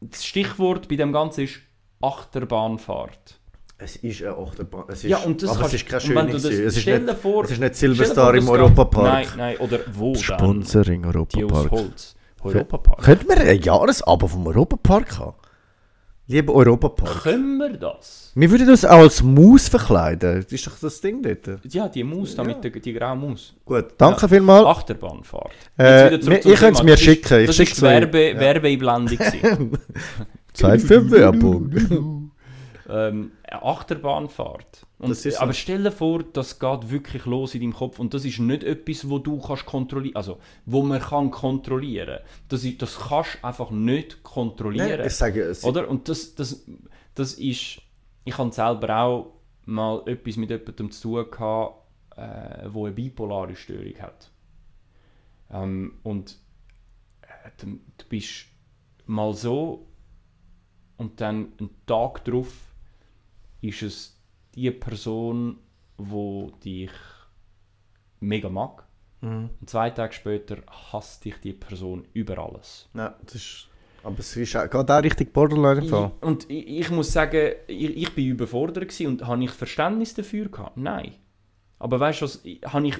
Speaker 1: Das Stichwort bei dem Ganzen ist Achterbahnfahrt.
Speaker 2: Es ist eine Achterbahn. Es ist,
Speaker 1: Ja, und das
Speaker 2: aber
Speaker 1: kannst-
Speaker 2: es ist keine
Speaker 1: und wenn
Speaker 2: schöne
Speaker 1: du das-
Speaker 2: gewesen. Es ist
Speaker 1: stell
Speaker 2: nicht,
Speaker 1: dir vor-
Speaker 2: es ist nicht
Speaker 1: Stell dir vor,
Speaker 2: Silverstar
Speaker 1: das
Speaker 2: im
Speaker 1: geht- Nein,
Speaker 2: Europapark.
Speaker 1: nein, oder wo dann?
Speaker 2: Sponsoring
Speaker 1: Die aus
Speaker 2: Europapark.
Speaker 1: Holz. Europapark.
Speaker 2: Könnten wir ein Jahresabo vom Europapark haben? Lieber Europapark.
Speaker 1: Können wir das?
Speaker 2: Wir würden uns auch als Maus verkleiden. Das ist doch das Ding dort.
Speaker 1: Ja, die Maus, da mit der, die graue Maus.
Speaker 2: Gut, danke vielmals.
Speaker 1: Achterbahnfahrt.
Speaker 2: Äh,
Speaker 1: wieder zurück
Speaker 2: mir-
Speaker 1: zum
Speaker 2: ihr könnt's
Speaker 1: Thema.
Speaker 2: mir
Speaker 1: Das ist-
Speaker 2: schicken, ich
Speaker 1: Das
Speaker 2: schick's
Speaker 1: ist
Speaker 2: euch.
Speaker 1: Werbe, Werbeeinblendung. gewesen.
Speaker 2: Zeit für Werbung.
Speaker 1: ähm, eine Achterbahnfahrt. Und,
Speaker 2: Das ist so.
Speaker 1: Aber stell dir vor, das geht wirklich los in deinem Kopf und das ist nicht etwas, wo du kannst kontrollieren, also wo man kann kontrollieren. Das, ist, das kannst du einfach nicht kontrollieren.
Speaker 2: Nein, ich sage, es-
Speaker 1: oder? Und das, das, das ist, ich habe selber auch mal etwas mit jemandem zu tun gehabt, äh, wo eine bipolare Störung hat. Ähm, und äh, du, du bist mal so und dann einen Tag drauf ist es die Person, wo dich mega mag. Und zwei Tage später hasst dich die Person über alles.
Speaker 2: Nein, das ist. Aber es ist auch, geht auch richtig Borderline im Fall.
Speaker 1: Ich, und ich, ich muss sagen, ich, ich bin überfordert gewesen und habe ich Verständnis dafür gehabt? Nein. Aber weißt du was, ich- habe ich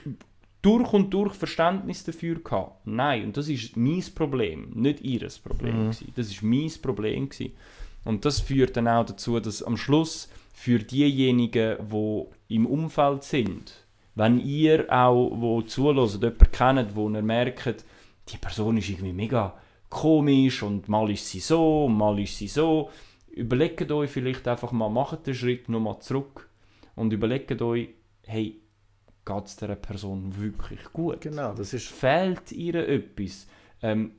Speaker 1: durch und durch Verständnis dafür gehabt? Nein. Und das ist mein Problem, nicht ihres Problem. Gewesen. Das ist mein Problem. Gewesen. Und das führt dann auch dazu, dass am Schluss für diejenigen, die im Umfeld sind, wenn ihr auch, wo zulässt, jemanden kennt, wo ihr merkt, die Person ist irgendwie mega komisch und mal ist sie so, und mal ist sie so, überlegt euch vielleicht einfach mal, macht den Schritt nochmal zurück und überlegt euch, hey, geht es dieser Person wirklich gut?
Speaker 2: Genau, das ist.
Speaker 1: fehlt ihr etwas? Ähm,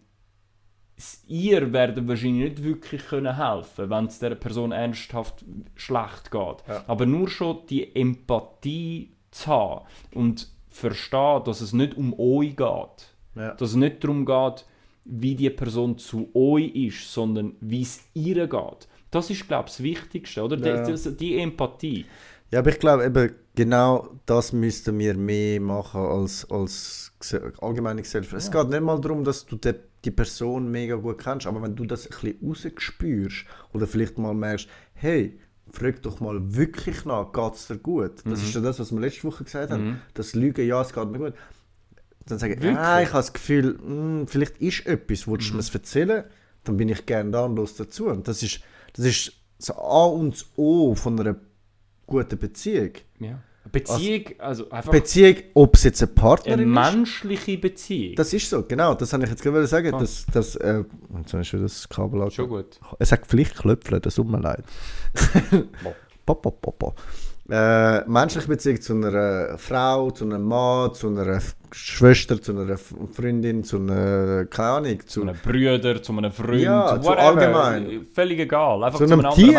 Speaker 1: s- ihr werdet wahrscheinlich nicht wirklich können helfen wenn es der Person ernsthaft schlecht geht.
Speaker 2: Ja.
Speaker 1: Aber nur schon die Empathie zu haben und verstehen, dass es nicht um euch geht.
Speaker 2: Ja.
Speaker 1: Dass es nicht darum geht, wie die Person zu euch ist, sondern wie es ihr geht. Das ist, glaube ich, das Wichtigste, oder?
Speaker 2: Ja.
Speaker 1: Die, das- die Empathie.
Speaker 2: Ja, aber ich glaube eben, genau das müssten wir mehr machen als, als Gse- allgemeine Gesellschaft. Es geht nicht mal darum, dass du de, die Person mega gut kennst, aber wenn du das ein bisschen rausspürst oder vielleicht mal merkst, hey, frag doch mal wirklich nach, geht es dir gut? Das ist ja das, was wir letzte Woche gesagt haben, das Lügen, ja, es geht mir gut. Dann sage ich,
Speaker 1: Wirklich?
Speaker 2: ah, ich habe das Gefühl, hm, vielleicht ist etwas, willst du mir es erzählen? Dann bin ich gerne da und los dazu. Und das ist, das ist das A und das O von einer guten Beziehung.
Speaker 1: Ja. Beziehung, also einfach
Speaker 2: Beziehung, ob es jetzt eine
Speaker 1: eine
Speaker 2: Partnerin ist.
Speaker 1: menschliche Beziehung.
Speaker 2: Das ist so, genau. Das habe ich jetzt gerade sagen. Dass, dass, äh, jetzt habe ich schon das Kabel ange-
Speaker 1: Schon gut.
Speaker 2: Es sagt vielleicht Klöpfle, das tut mir leid. pop, pop, pop, pop. Äh, menschliche Beziehung zu einer Frau, zu einem Mann, zu einer F- Schwester, zu einer F- Freundin, zu einer, keine Ahnung,
Speaker 1: zu
Speaker 2: zu,
Speaker 1: einem Bruder, zu einem Freund,
Speaker 2: Ja,
Speaker 1: zu
Speaker 2: zu
Speaker 1: whatever. Äh,
Speaker 2: allgemein.
Speaker 1: Völlig egal. Einfach
Speaker 2: zu einem
Speaker 1: anderen
Speaker 2: Tier.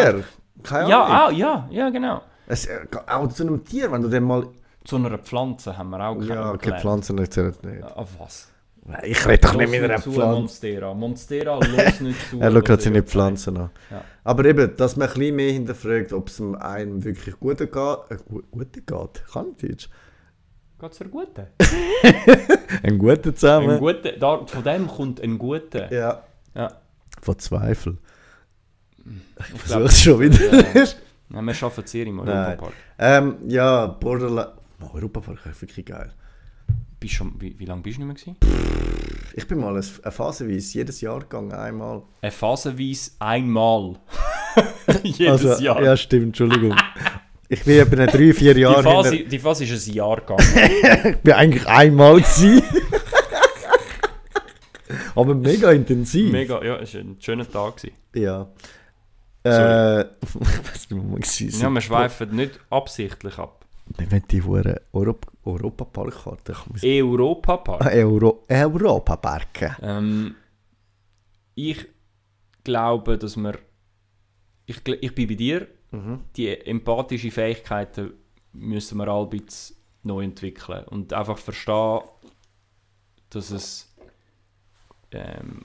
Speaker 2: Keine
Speaker 1: Menschen. Ja, ah.
Speaker 2: Ahnung.
Speaker 1: auch, ja, ja, genau.
Speaker 2: Es, äh, auch zu einem Tier, wenn du dann mal...
Speaker 1: Zu einer Pflanze haben wir auch
Speaker 2: Ja, okay,
Speaker 1: kennengelernt.
Speaker 2: Pflanzen erzählen nicht.
Speaker 1: Auf was?
Speaker 2: Nein, Ich rede doch nicht
Speaker 1: Los
Speaker 2: mit einer
Speaker 1: zu,
Speaker 2: Pflanze.
Speaker 1: Monstera. Monstera, los nicht zu.
Speaker 2: Er
Speaker 1: los
Speaker 2: schaut gerade seine
Speaker 1: nicht.
Speaker 2: Pflanzen an.
Speaker 1: Ja.
Speaker 2: Aber eben, dass man ein bisschen mehr hinterfragt, ob es einem wirklich gut geht. Äh, gu- gut geht? Kann ich Deutsch?
Speaker 1: Geht's dir gut?
Speaker 2: Ein guter
Speaker 1: Ein
Speaker 2: zusammen.
Speaker 1: guter, da, von dem kommt ein guter.
Speaker 2: ja.
Speaker 1: Ja.
Speaker 2: Von Zweifel. Ich
Speaker 1: glaub-
Speaker 2: versuche es schon wieder.
Speaker 1: Ja. Ja, wir arbeiten sehr im Europapark.
Speaker 2: ähm, ja, Borderline. Oh, Europapark ist wirklich geil.
Speaker 1: Bist schon, wie, wie lange bist du nicht mehr? Gewesen?
Speaker 2: Ich bin mal eine phasenweise jedes Jahr gegangen, einmal.
Speaker 1: Äh, phasenweise einmal. Jedes
Speaker 2: Also,
Speaker 1: Jahr.
Speaker 2: Ja, stimmt, Entschuldigung. ich bin etwa in drei, vier
Speaker 1: die,
Speaker 2: Jahren.
Speaker 1: Phase,
Speaker 2: hinter-
Speaker 1: die Phase ist ein Jahr gegangen.
Speaker 2: Ich bin eigentlich einmal gewesen. Aber mega intensiv.
Speaker 1: Mega, ja, es war ein schöner Tag. Gewesen.
Speaker 2: Ja.
Speaker 1: Sorry.
Speaker 2: Äh, was war das?
Speaker 1: Ja, wir schweifen nicht absichtlich ab.
Speaker 2: Wir wollen die verdammte Europ Europa-Parkkarte. Ich muss- Ah,
Speaker 1: Europapark.
Speaker 2: Euro Europa-Park.
Speaker 1: Ähm, ich glaube, dass wir. Ich, gl- ich bin bei dir. Die empathischen Fähigkeiten müssen wir all ein bisschen neu entwickeln. Und einfach verstehen, dass es ähm,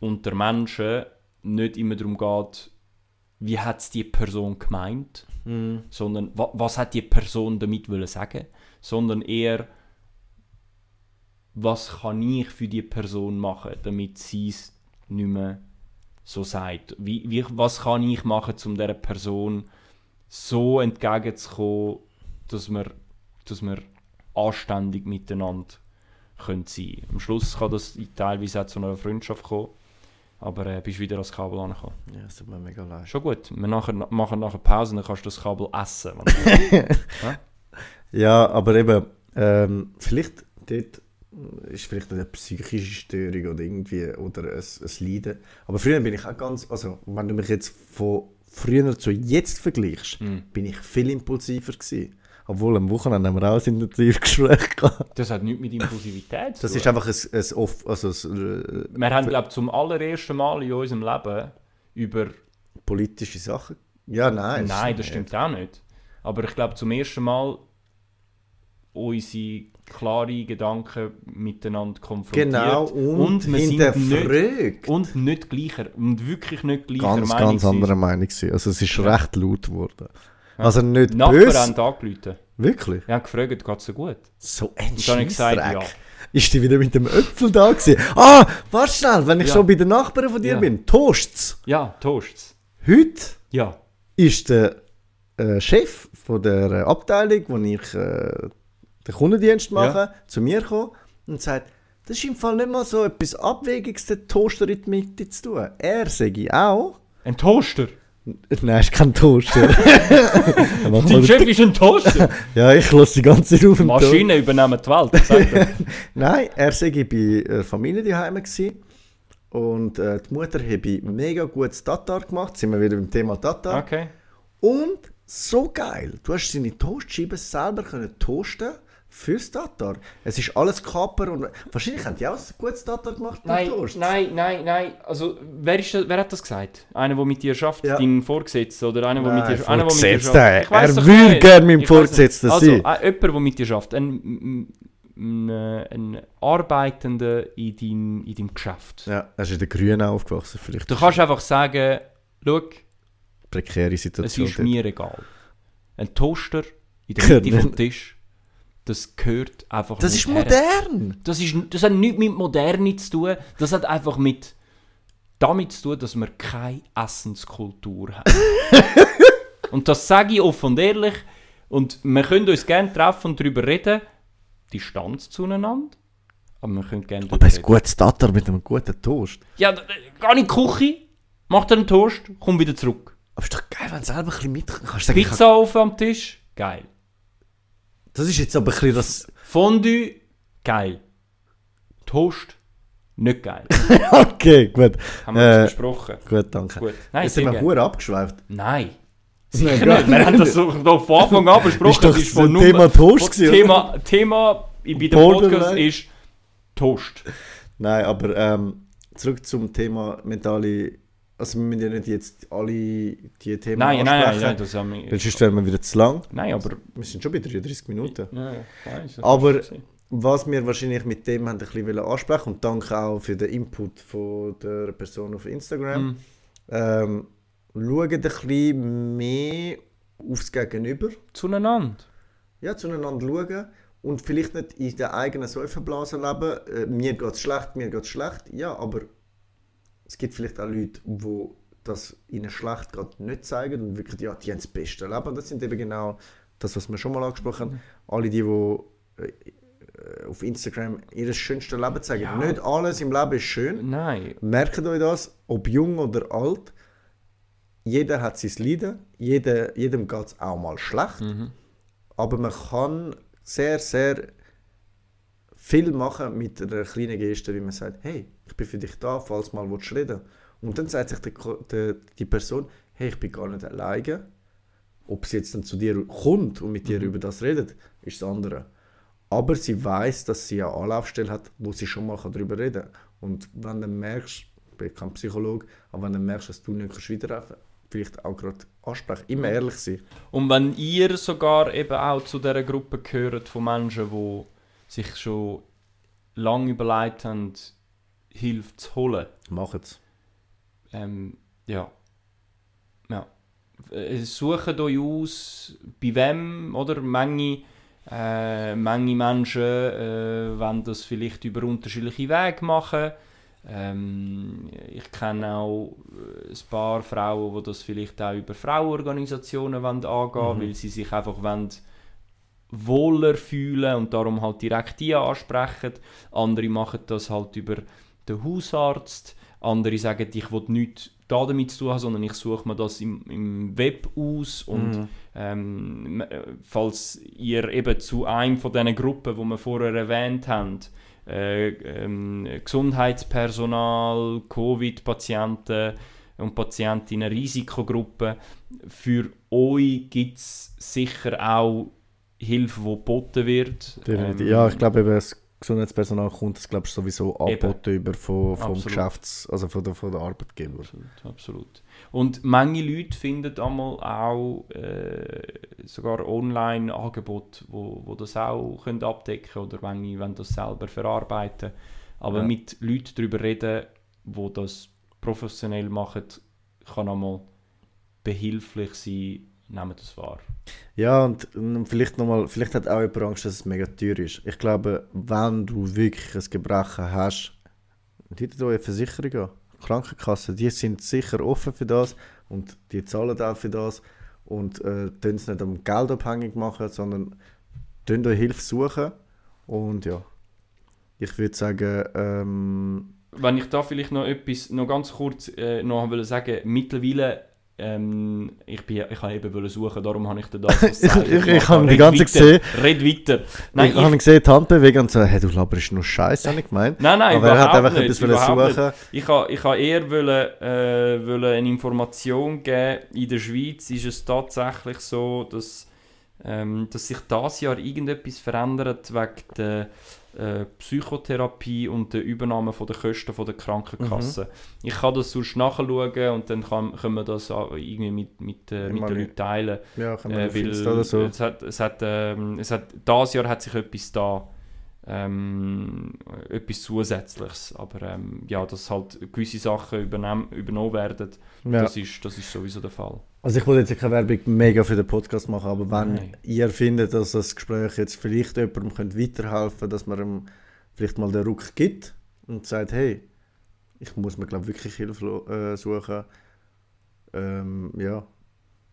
Speaker 1: unter Menschen nicht immer darum geht, wie hat es die Person gemeint,
Speaker 2: Hm,
Speaker 1: sondern wa was hat die Person damit wollen sagen, sondern eher was kann ich für die Person machen, damit sie es nicht mehr so sagt. Wie, wie, was kann ich machen, um dieser Person so entgegenzukommen, dass wir, dass wir anständig miteinander können sein können. Am Schluss kann das teilweise auch zu einer Freundschaft kommen, aber äh, bist wieder ans Kabel angekommen.
Speaker 2: Ja, es tut mir mega leid.
Speaker 1: Schon gut, wir nachher, machen nachher Pause und dann kannst du das Kabel essen. wenn du-
Speaker 2: Ja, aber eben, ähm, vielleicht dort ist vielleicht eine psychische Störung oder irgendwie oder ein, ein Leiden. Aber früher bin ich auch ganz, also wenn du mich jetzt von früher zu jetzt vergleichst, bin ich viel impulsiver gewesen. Obwohl am Wochenende haben wir auch ein Intensivgespräch gehabt.
Speaker 1: das hat nichts mit Impulsivität zu
Speaker 2: Das
Speaker 1: tun.
Speaker 2: ist einfach ein, ein off, also ein, äh,
Speaker 1: wir haben, glaube ich, zum allerersten Mal in unserem Leben über...
Speaker 2: politische Sache. Ja, nein. es-
Speaker 1: Nein, das stimmt auch nicht. Aber ich glaube, zum ersten Mal unsere klaren Gedanken miteinander konfrontiert.
Speaker 2: Genau, und,
Speaker 1: wir sind nicht,
Speaker 2: hinterfragt.
Speaker 1: und nicht gleicher, und wirklich nicht gleicher
Speaker 2: ganz,
Speaker 1: Meinung
Speaker 2: ganz
Speaker 1: sind.
Speaker 2: anderer Meinung gewesen. Also es ist recht laut geworden. Also nicht
Speaker 1: Nachbarn haben
Speaker 2: böse.
Speaker 1: angerufen.
Speaker 2: Wirklich?
Speaker 1: Wir haben gefragt, geht es so gut?
Speaker 2: So ein
Speaker 1: dann habe ich gesagt,
Speaker 2: Scheissdreck.
Speaker 1: ja.
Speaker 2: Ist die wieder mit dem Äpfel da gewesen? Ah, warte schnell, wenn ich
Speaker 1: Ja.
Speaker 2: schon bei den Nachbarn von dir
Speaker 1: Ja.
Speaker 2: bin. Toasts.
Speaker 1: Ja, Toasts.
Speaker 2: Heute
Speaker 1: Ja.
Speaker 2: ist der äh, Chef von der äh, Abteilung, wo ich äh, den Kundendienst mache, zu mir gekommen und sagt, das ist im Fall nicht mal so etwas Abwägiges, den Toaster in die Mitte zu tun. Er sage auch,
Speaker 1: Ein Toaster.
Speaker 2: Nein, ist kein Toaster. Er macht
Speaker 1: Dein
Speaker 2: mal-
Speaker 1: Chef ist ein Toaster.
Speaker 2: ja, ich lasse die ganze Zeit auf dem Toast.
Speaker 1: Maschinen übernehmen die Welt. das sagt er.
Speaker 2: Nein, er sei bei äh, Familie daheim gsi und äh, die Mutter habe mega gutes Tatar gemacht. Sind wir wieder beim Thema Tatar.
Speaker 1: Okay.
Speaker 2: Und so geil, du hast seine Toastscheiben selber können toasten fürs Tatar. Es ist alles Kaper und wahrscheinlich haben die auch ein gutes Tatar gemacht
Speaker 1: Nein,
Speaker 2: Toast.
Speaker 1: nein, nein, nein. Also, wer, ist, das- wer hat das gesagt? Einer, der mit dir schafft,
Speaker 2: Ja.
Speaker 1: dein Vorgesetzter oder einer, der
Speaker 2: Nein,
Speaker 1: mit dir einer, der mit dir
Speaker 2: Vorgesetzter,
Speaker 1: schafft? Ich weiss
Speaker 2: er
Speaker 1: doch
Speaker 2: würde
Speaker 1: nicht.
Speaker 2: gerne mein
Speaker 1: Ich weiss nicht.
Speaker 2: Vorgesetzter
Speaker 1: also,
Speaker 2: sein.
Speaker 1: Also, jemand, der mit dir schafft. Ein, ein, ein, ein Arbeitender in deinem, in deinem Geschäft.
Speaker 2: Ja, er ist in den Grünen aufgewachsen, vielleicht
Speaker 1: Du kannst einfach sagen, schau,
Speaker 2: eine prekäre
Speaker 1: es
Speaker 2: Situation.
Speaker 1: ist
Speaker 2: dort.
Speaker 1: mir egal. Ein Toaster in der Mitte
Speaker 2: Können.
Speaker 1: vom Tisch, das gehört einfach
Speaker 2: das
Speaker 1: nicht
Speaker 2: ist
Speaker 1: her.
Speaker 2: modern!
Speaker 1: Das, ist, das hat nichts mit Moderne zu tun. Das hat einfach mit damit zu tun, dass wir keine Essenskultur haben. und das sage ich offen und ehrlich. Und wir können uns gerne treffen und darüber reden. Distanz zueinander. Aber wir können gerne
Speaker 2: Aber
Speaker 1: darüber
Speaker 2: ein
Speaker 1: reden.
Speaker 2: gutes Tatar mit einem guten Toast.
Speaker 1: Ja, d- d- geh in die Küche, mach dir einen Toast, komm wieder zurück.
Speaker 2: Aber ist doch geil, wenn du selber ein bisschen mit kannst. Sagen, ich hab-
Speaker 1: Pizzaofen am Tisch, geil.
Speaker 2: das ist jetzt aber ein bisschen das...
Speaker 1: Fondue, geil. Toast, nicht geil.
Speaker 2: Okay, gut.
Speaker 1: Haben wir
Speaker 2: Äh,
Speaker 1: das besprochen?
Speaker 2: Gut, danke.
Speaker 1: Gut. Nein,
Speaker 2: jetzt
Speaker 1: sehr
Speaker 2: sind wir
Speaker 1: gerne.
Speaker 2: verdammt abgeschweift.
Speaker 1: Nein.
Speaker 2: Nein,
Speaker 1: Sicher
Speaker 2: gar
Speaker 1: nicht. Wir haben
Speaker 2: nicht.
Speaker 1: das so, doch von Anfang an besprochen.
Speaker 2: Genau. Ist doch
Speaker 1: Es
Speaker 2: das
Speaker 1: von
Speaker 2: Thema
Speaker 1: Nummer-
Speaker 2: Toast
Speaker 1: von
Speaker 2: gewesen, oder?
Speaker 1: Thema, Thema bei dem
Speaker 2: Borderline.
Speaker 1: Podcast ist Toast.
Speaker 2: Nein, aber ähm, zurück zum Thema mentale... Also wir müssen ja nicht jetzt alle die Themen
Speaker 1: Nein, nein, nein, nein,
Speaker 2: das
Speaker 1: das haben wir.
Speaker 2: weil sonst wären wir wieder zu lang.
Speaker 1: Nein, aber.
Speaker 2: Wir sind schon bei 33 Minuten.
Speaker 1: Nein, das ist
Speaker 2: Aber
Speaker 1: schon gewesen.
Speaker 2: was wir wahrscheinlich mit dem haben ein bisschen wollen ansprechen und danke auch für den Input von der Person auf Instagram,
Speaker 1: Mhm.
Speaker 2: ähm, schauen ein bisschen mehr aufs Gegenüber,
Speaker 1: zueinander.
Speaker 2: ja, zueinander schauen und vielleicht nicht in der eigenen Säuferblase leben. Äh, mir geht es schlecht, mir geht es schlecht. Ja, aber es gibt vielleicht auch Leute, die das ihnen schlecht geht, nicht zeigen und wirklich, ja, die haben das beste Leben. Und das sind eben genau das, was wir schon mal angesprochen haben. Alle die, die äh, auf Instagram ihr schönstes Leben zeigen.
Speaker 1: Ja.
Speaker 2: Nicht alles im Leben ist schön.
Speaker 1: Nein.
Speaker 2: Merkt euch das, ob jung oder alt, jeder hat sein Leiden, jeder, jedem geht es auch mal schlecht. Aber man kann sehr, sehr viel machen mit einer kleinen Geste, wie man sagt, hey, ich bin für dich da, falls mal willst du reden. Und dann sagt sich der, Ko- der, die Person, hey, ich bin gar nicht alleine. Ob sie jetzt dann zu dir kommt und mit dir über das redet, ist das andere. Aber sie weiß, dass sie eine Anlaufstelle hat, wo sie schon mal darüber reden kann. Und wenn du merkst, ich bin kein Psychologe, aber wenn du merkst, dass du nicht kannst weiterhelfen vielleicht auch gerade ansprechen, immer ehrlich sein.
Speaker 1: Und wenn ihr sogar eben auch zu dieser Gruppe gehört von Menschen, die sich schon lange überlegt haben, Hilfe zu holen,
Speaker 2: Mach es.
Speaker 1: Ähm, ja. Ja. Äh, Sucht euch aus, bei wem, oder? Menge Äh, Menge Menschen äh, wollen das vielleicht über unterschiedliche Wege machen. Ähm, ich kenne auch äh, ein paar Frauen, die das vielleicht auch über Frauenorganisationen wollen angehen wollen,
Speaker 2: Mhm.
Speaker 1: weil sie sich einfach wollen wohler fühlen und darum halt direkt die ansprechen. Andere machen das halt über den Hausarzt. Andere sagen, ich will nichts da damit zu tun haben, sondern ich suche mir das im, im Web aus und
Speaker 2: Mhm.
Speaker 1: ähm, m- äh, falls ihr eben zu einem von diesen Gruppen, die wir vorher erwähnt haben, äh, ähm, Gesundheitspersonal, Covid-Patienten und Patientinnen, Risikogruppen, für euch gibt es sicher auch Hilfe, die geboten wird.
Speaker 2: Definitiv.
Speaker 1: Ähm,
Speaker 2: ja, ich glaube, eben das Gesundheitspersonal kommt das glaub, ich, sowieso
Speaker 1: Eben.
Speaker 2: angeboten über von, vom
Speaker 1: Absolut.
Speaker 2: Geschäfts-, also von der, von der Arbeitgeber.
Speaker 1: Absolut, absolut. Und manche Leute finden einmal auch äh, sogar Online-Angebote, wo, wo das auch können abdecken oder manche wollen das selber verarbeiten. Aber
Speaker 2: Ja.
Speaker 1: mit Leuten darüber reden, wo das professionell machen, kann einmal behilflich sein, nehmen das wahr.
Speaker 2: Ja, und ähm, vielleicht nochmal, vielleicht hat auch jemand Angst, dass es mega teuer ist. Ich glaube, wenn du wirklich ein Gebrechen hast, hättet ihr eure Versicherung an. Krankenkassen, die sind sicher offen für das und die zahlen auch für das und äh, tun es nicht am Geld abhängig machen, sondern tun euch Hilfe suchen und ja. Ich würde sagen, ähm,
Speaker 1: Wenn ich da vielleicht noch etwas, noch ganz kurz äh, noch will sagen, mittlerweile, ähm, ich, bin, ich habe eben wollen suchen, darum habe ich dir das als Zeichen
Speaker 2: ich- ich
Speaker 1: gemacht.
Speaker 2: habe die
Speaker 1: Red
Speaker 2: ganze
Speaker 1: weiter, Red weiter. Nein,
Speaker 2: ich
Speaker 1: ich,
Speaker 2: habe gesehen, die Hand bewegen und so, hey, du laberst nur Scheiße, habe ich gemeint.
Speaker 1: nein, nein,
Speaker 2: Aber er hat
Speaker 1: überhaupt
Speaker 2: einfach
Speaker 1: nicht,
Speaker 2: etwas wollen
Speaker 1: überhaupt nicht.
Speaker 2: suchen.
Speaker 1: Ich habe ich ha eher wollen, äh, wollen eine Information geben. In der Schweiz ist es tatsächlich so, dass, ähm, dass sich das Jahr irgendetwas verändert wegen der äh, Psychotherapie und der Übernahme von der Kosten von der Krankenkasse.
Speaker 2: Mhm.
Speaker 1: Ich kann das sonst nachschauen und dann kann, können wir das auch irgendwie mit, mit, äh,
Speaker 2: Ich
Speaker 1: mit den
Speaker 2: meine,
Speaker 1: Leuten teilen.
Speaker 2: Ja, kann man
Speaker 1: Äh,
Speaker 2: auf Insta
Speaker 1: weil
Speaker 2: oder so.
Speaker 1: es hat, es hat, ähm, es hat, das Jahr hat sich etwas da, ähm, etwas Zusätzliches. Aber ähm, ja, dass halt gewisse Sachen übernehm, übernommen werden,
Speaker 2: Ja.
Speaker 1: das, ist, das ist sowieso der Fall.
Speaker 2: Also ich wollte jetzt keine Werbung mega für den Podcast machen, aber wenn
Speaker 1: Nein.
Speaker 2: ihr findet, dass das Gespräch jetzt vielleicht jemandem könnt weiterhelfen könnte, dass man ihm vielleicht mal den Ruck gibt und sagt, hey, ich muss mir glaube wirklich Hilfe lo- äh, suchen, ähm, ja,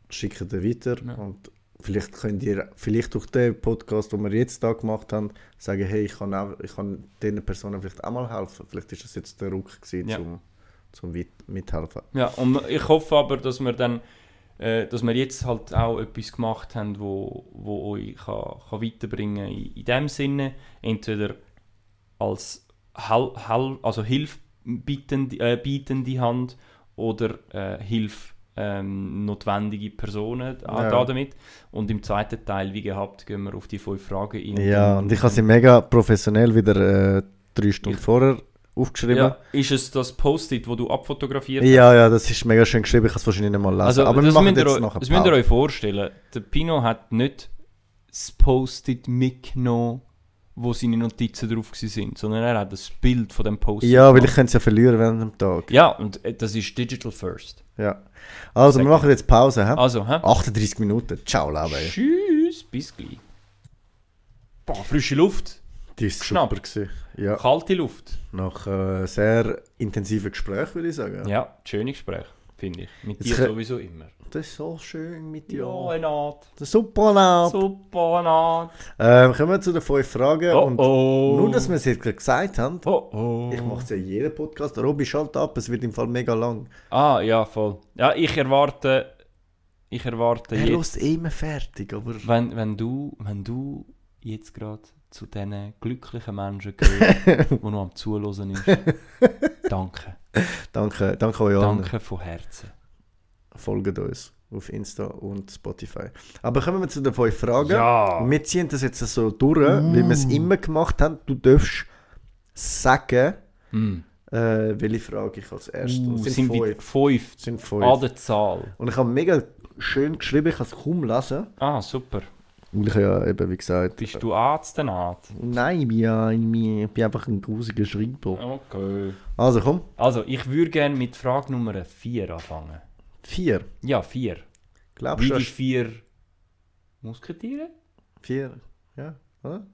Speaker 2: schickt ihn weiter
Speaker 1: Ja.
Speaker 2: und vielleicht könnt ihr, vielleicht durch den Podcast, den wir jetzt da gemacht haben, sagen, hey, ich kann, auch, ich kann diesen Personen vielleicht auch mal helfen. Vielleicht ist das jetzt der Ruck gewesen,
Speaker 1: Ja.
Speaker 2: zum, zum wit- mithelfen.
Speaker 1: Ja, und ich hoffe aber, dass wir dann äh, dass wir jetzt halt auch etwas gemacht haben, wo, wo euch kann, kann weiterbringen in, in dem Sinne. Entweder als Hel Hel also hilfbietende äh, bietende Hand oder äh, Hilf ähm, notwendige Personen da,
Speaker 2: Ja.
Speaker 1: da damit. Und im zweiten Teil, wie gehabt, gehen wir auf die fünf Fragen ein.
Speaker 2: Ja, und ich habe sie mega professionell wieder äh, drei Stunden vorher aufgeschrieben.
Speaker 1: ja,
Speaker 2: Ja.
Speaker 1: Ist es das Post-it, das du abfotografiert hast?
Speaker 2: ja, das ist mega schön geschrieben. Ich kann es wahrscheinlich nicht mal lesen. Also, Aber
Speaker 1: Also,
Speaker 2: wir
Speaker 1: das
Speaker 2: machen
Speaker 1: müsst ihr
Speaker 2: jetzt
Speaker 1: euch-
Speaker 2: noch ein
Speaker 1: Das müsst ihr
Speaker 2: paar.
Speaker 1: euch vorstellen. Der Pino hat nicht das Post-it mitgenommen, wo seine Notizen drauf waren, sondern er hat das Bild von dem Post-it.
Speaker 2: Ja, weil ich
Speaker 1: gemacht.
Speaker 2: könnte es ja verlieren während dem Tag.
Speaker 1: Ja, und äh, das ist Digital First.
Speaker 2: Ja. Also, wir
Speaker 1: Sehr
Speaker 2: machen jetzt Pause. Hä?
Speaker 1: Also, hä?
Speaker 2: 38 Minuten. Ciao, Labe.
Speaker 1: Tschüss, bis gleich. Boah, frische Luft,
Speaker 2: Die ist
Speaker 1: Schnapp.
Speaker 2: super gewesen. Ja.
Speaker 1: kalte Luft.
Speaker 2: Nach äh, sehr intensiven Gespräch würde ich sagen.
Speaker 1: Ja, schöne Gespräch, finde ich. Mit
Speaker 2: Jetzt
Speaker 1: dir
Speaker 2: kö-
Speaker 1: sowieso immer.
Speaker 2: Das ist so schön mit dir.
Speaker 1: Ja, Naht.
Speaker 2: Super, Labe.
Speaker 1: Super Naht.
Speaker 2: Ähm, kommen wir zu den fünf Fragen.
Speaker 1: Oh,
Speaker 2: Und
Speaker 1: oh.
Speaker 2: nur, dass wir es jetzt gerade gesagt haben,
Speaker 1: Oh, oh.
Speaker 2: Ich mache es ja in jedem Podcast. Robi, schalt ab, es wird im Fall mega lang.
Speaker 1: Ah, ja, voll. Ja, ich erwarte. Ich erwarte
Speaker 2: Er
Speaker 1: jetzt.
Speaker 2: lässt eh immer fertig, aber...
Speaker 1: Wenn, wenn, du, wenn du jetzt gerade zu diesen glücklichen Menschen gehörst, die noch am Zuhören ist, danke.
Speaker 2: Danke, danke euch allen.
Speaker 1: Danke von Herzen.
Speaker 2: Folgt uns auf Insta und Spotify. Aber kommen wir zu den fünf Fragen.
Speaker 1: Ja.
Speaker 2: Wir ziehen das jetzt so durch, wie wir es immer gemacht haben. Du darfst sagen,
Speaker 1: Mm.
Speaker 2: äh, welche Frage ich als erstes...
Speaker 1: Uh,
Speaker 2: Es
Speaker 1: sind,
Speaker 2: sind,
Speaker 1: sind wir
Speaker 2: fünf.
Speaker 1: fünf
Speaker 2: Es sind
Speaker 1: an
Speaker 2: fünf.
Speaker 1: der Zahl.
Speaker 2: Und ich habe mega schön geschrieben, ich kann es kaum lesen.
Speaker 1: Ah, super.
Speaker 2: Weil ich ja eben, wie gesagt...
Speaker 1: Bist du Arzt, denn Arzt?
Speaker 2: Nein, ich bin, ja, ein- ich bin einfach ein grusiger Schreiber.
Speaker 1: Okay.
Speaker 2: Also komm,
Speaker 1: Also, ich würde gerne mit Frage Nummer 4 anfangen.
Speaker 2: vier.
Speaker 1: Ja, 4.
Speaker 2: Glaubst
Speaker 1: Wie
Speaker 2: du,
Speaker 1: die
Speaker 2: das-
Speaker 1: vier Musketiere?
Speaker 2: vier? Ja, oder?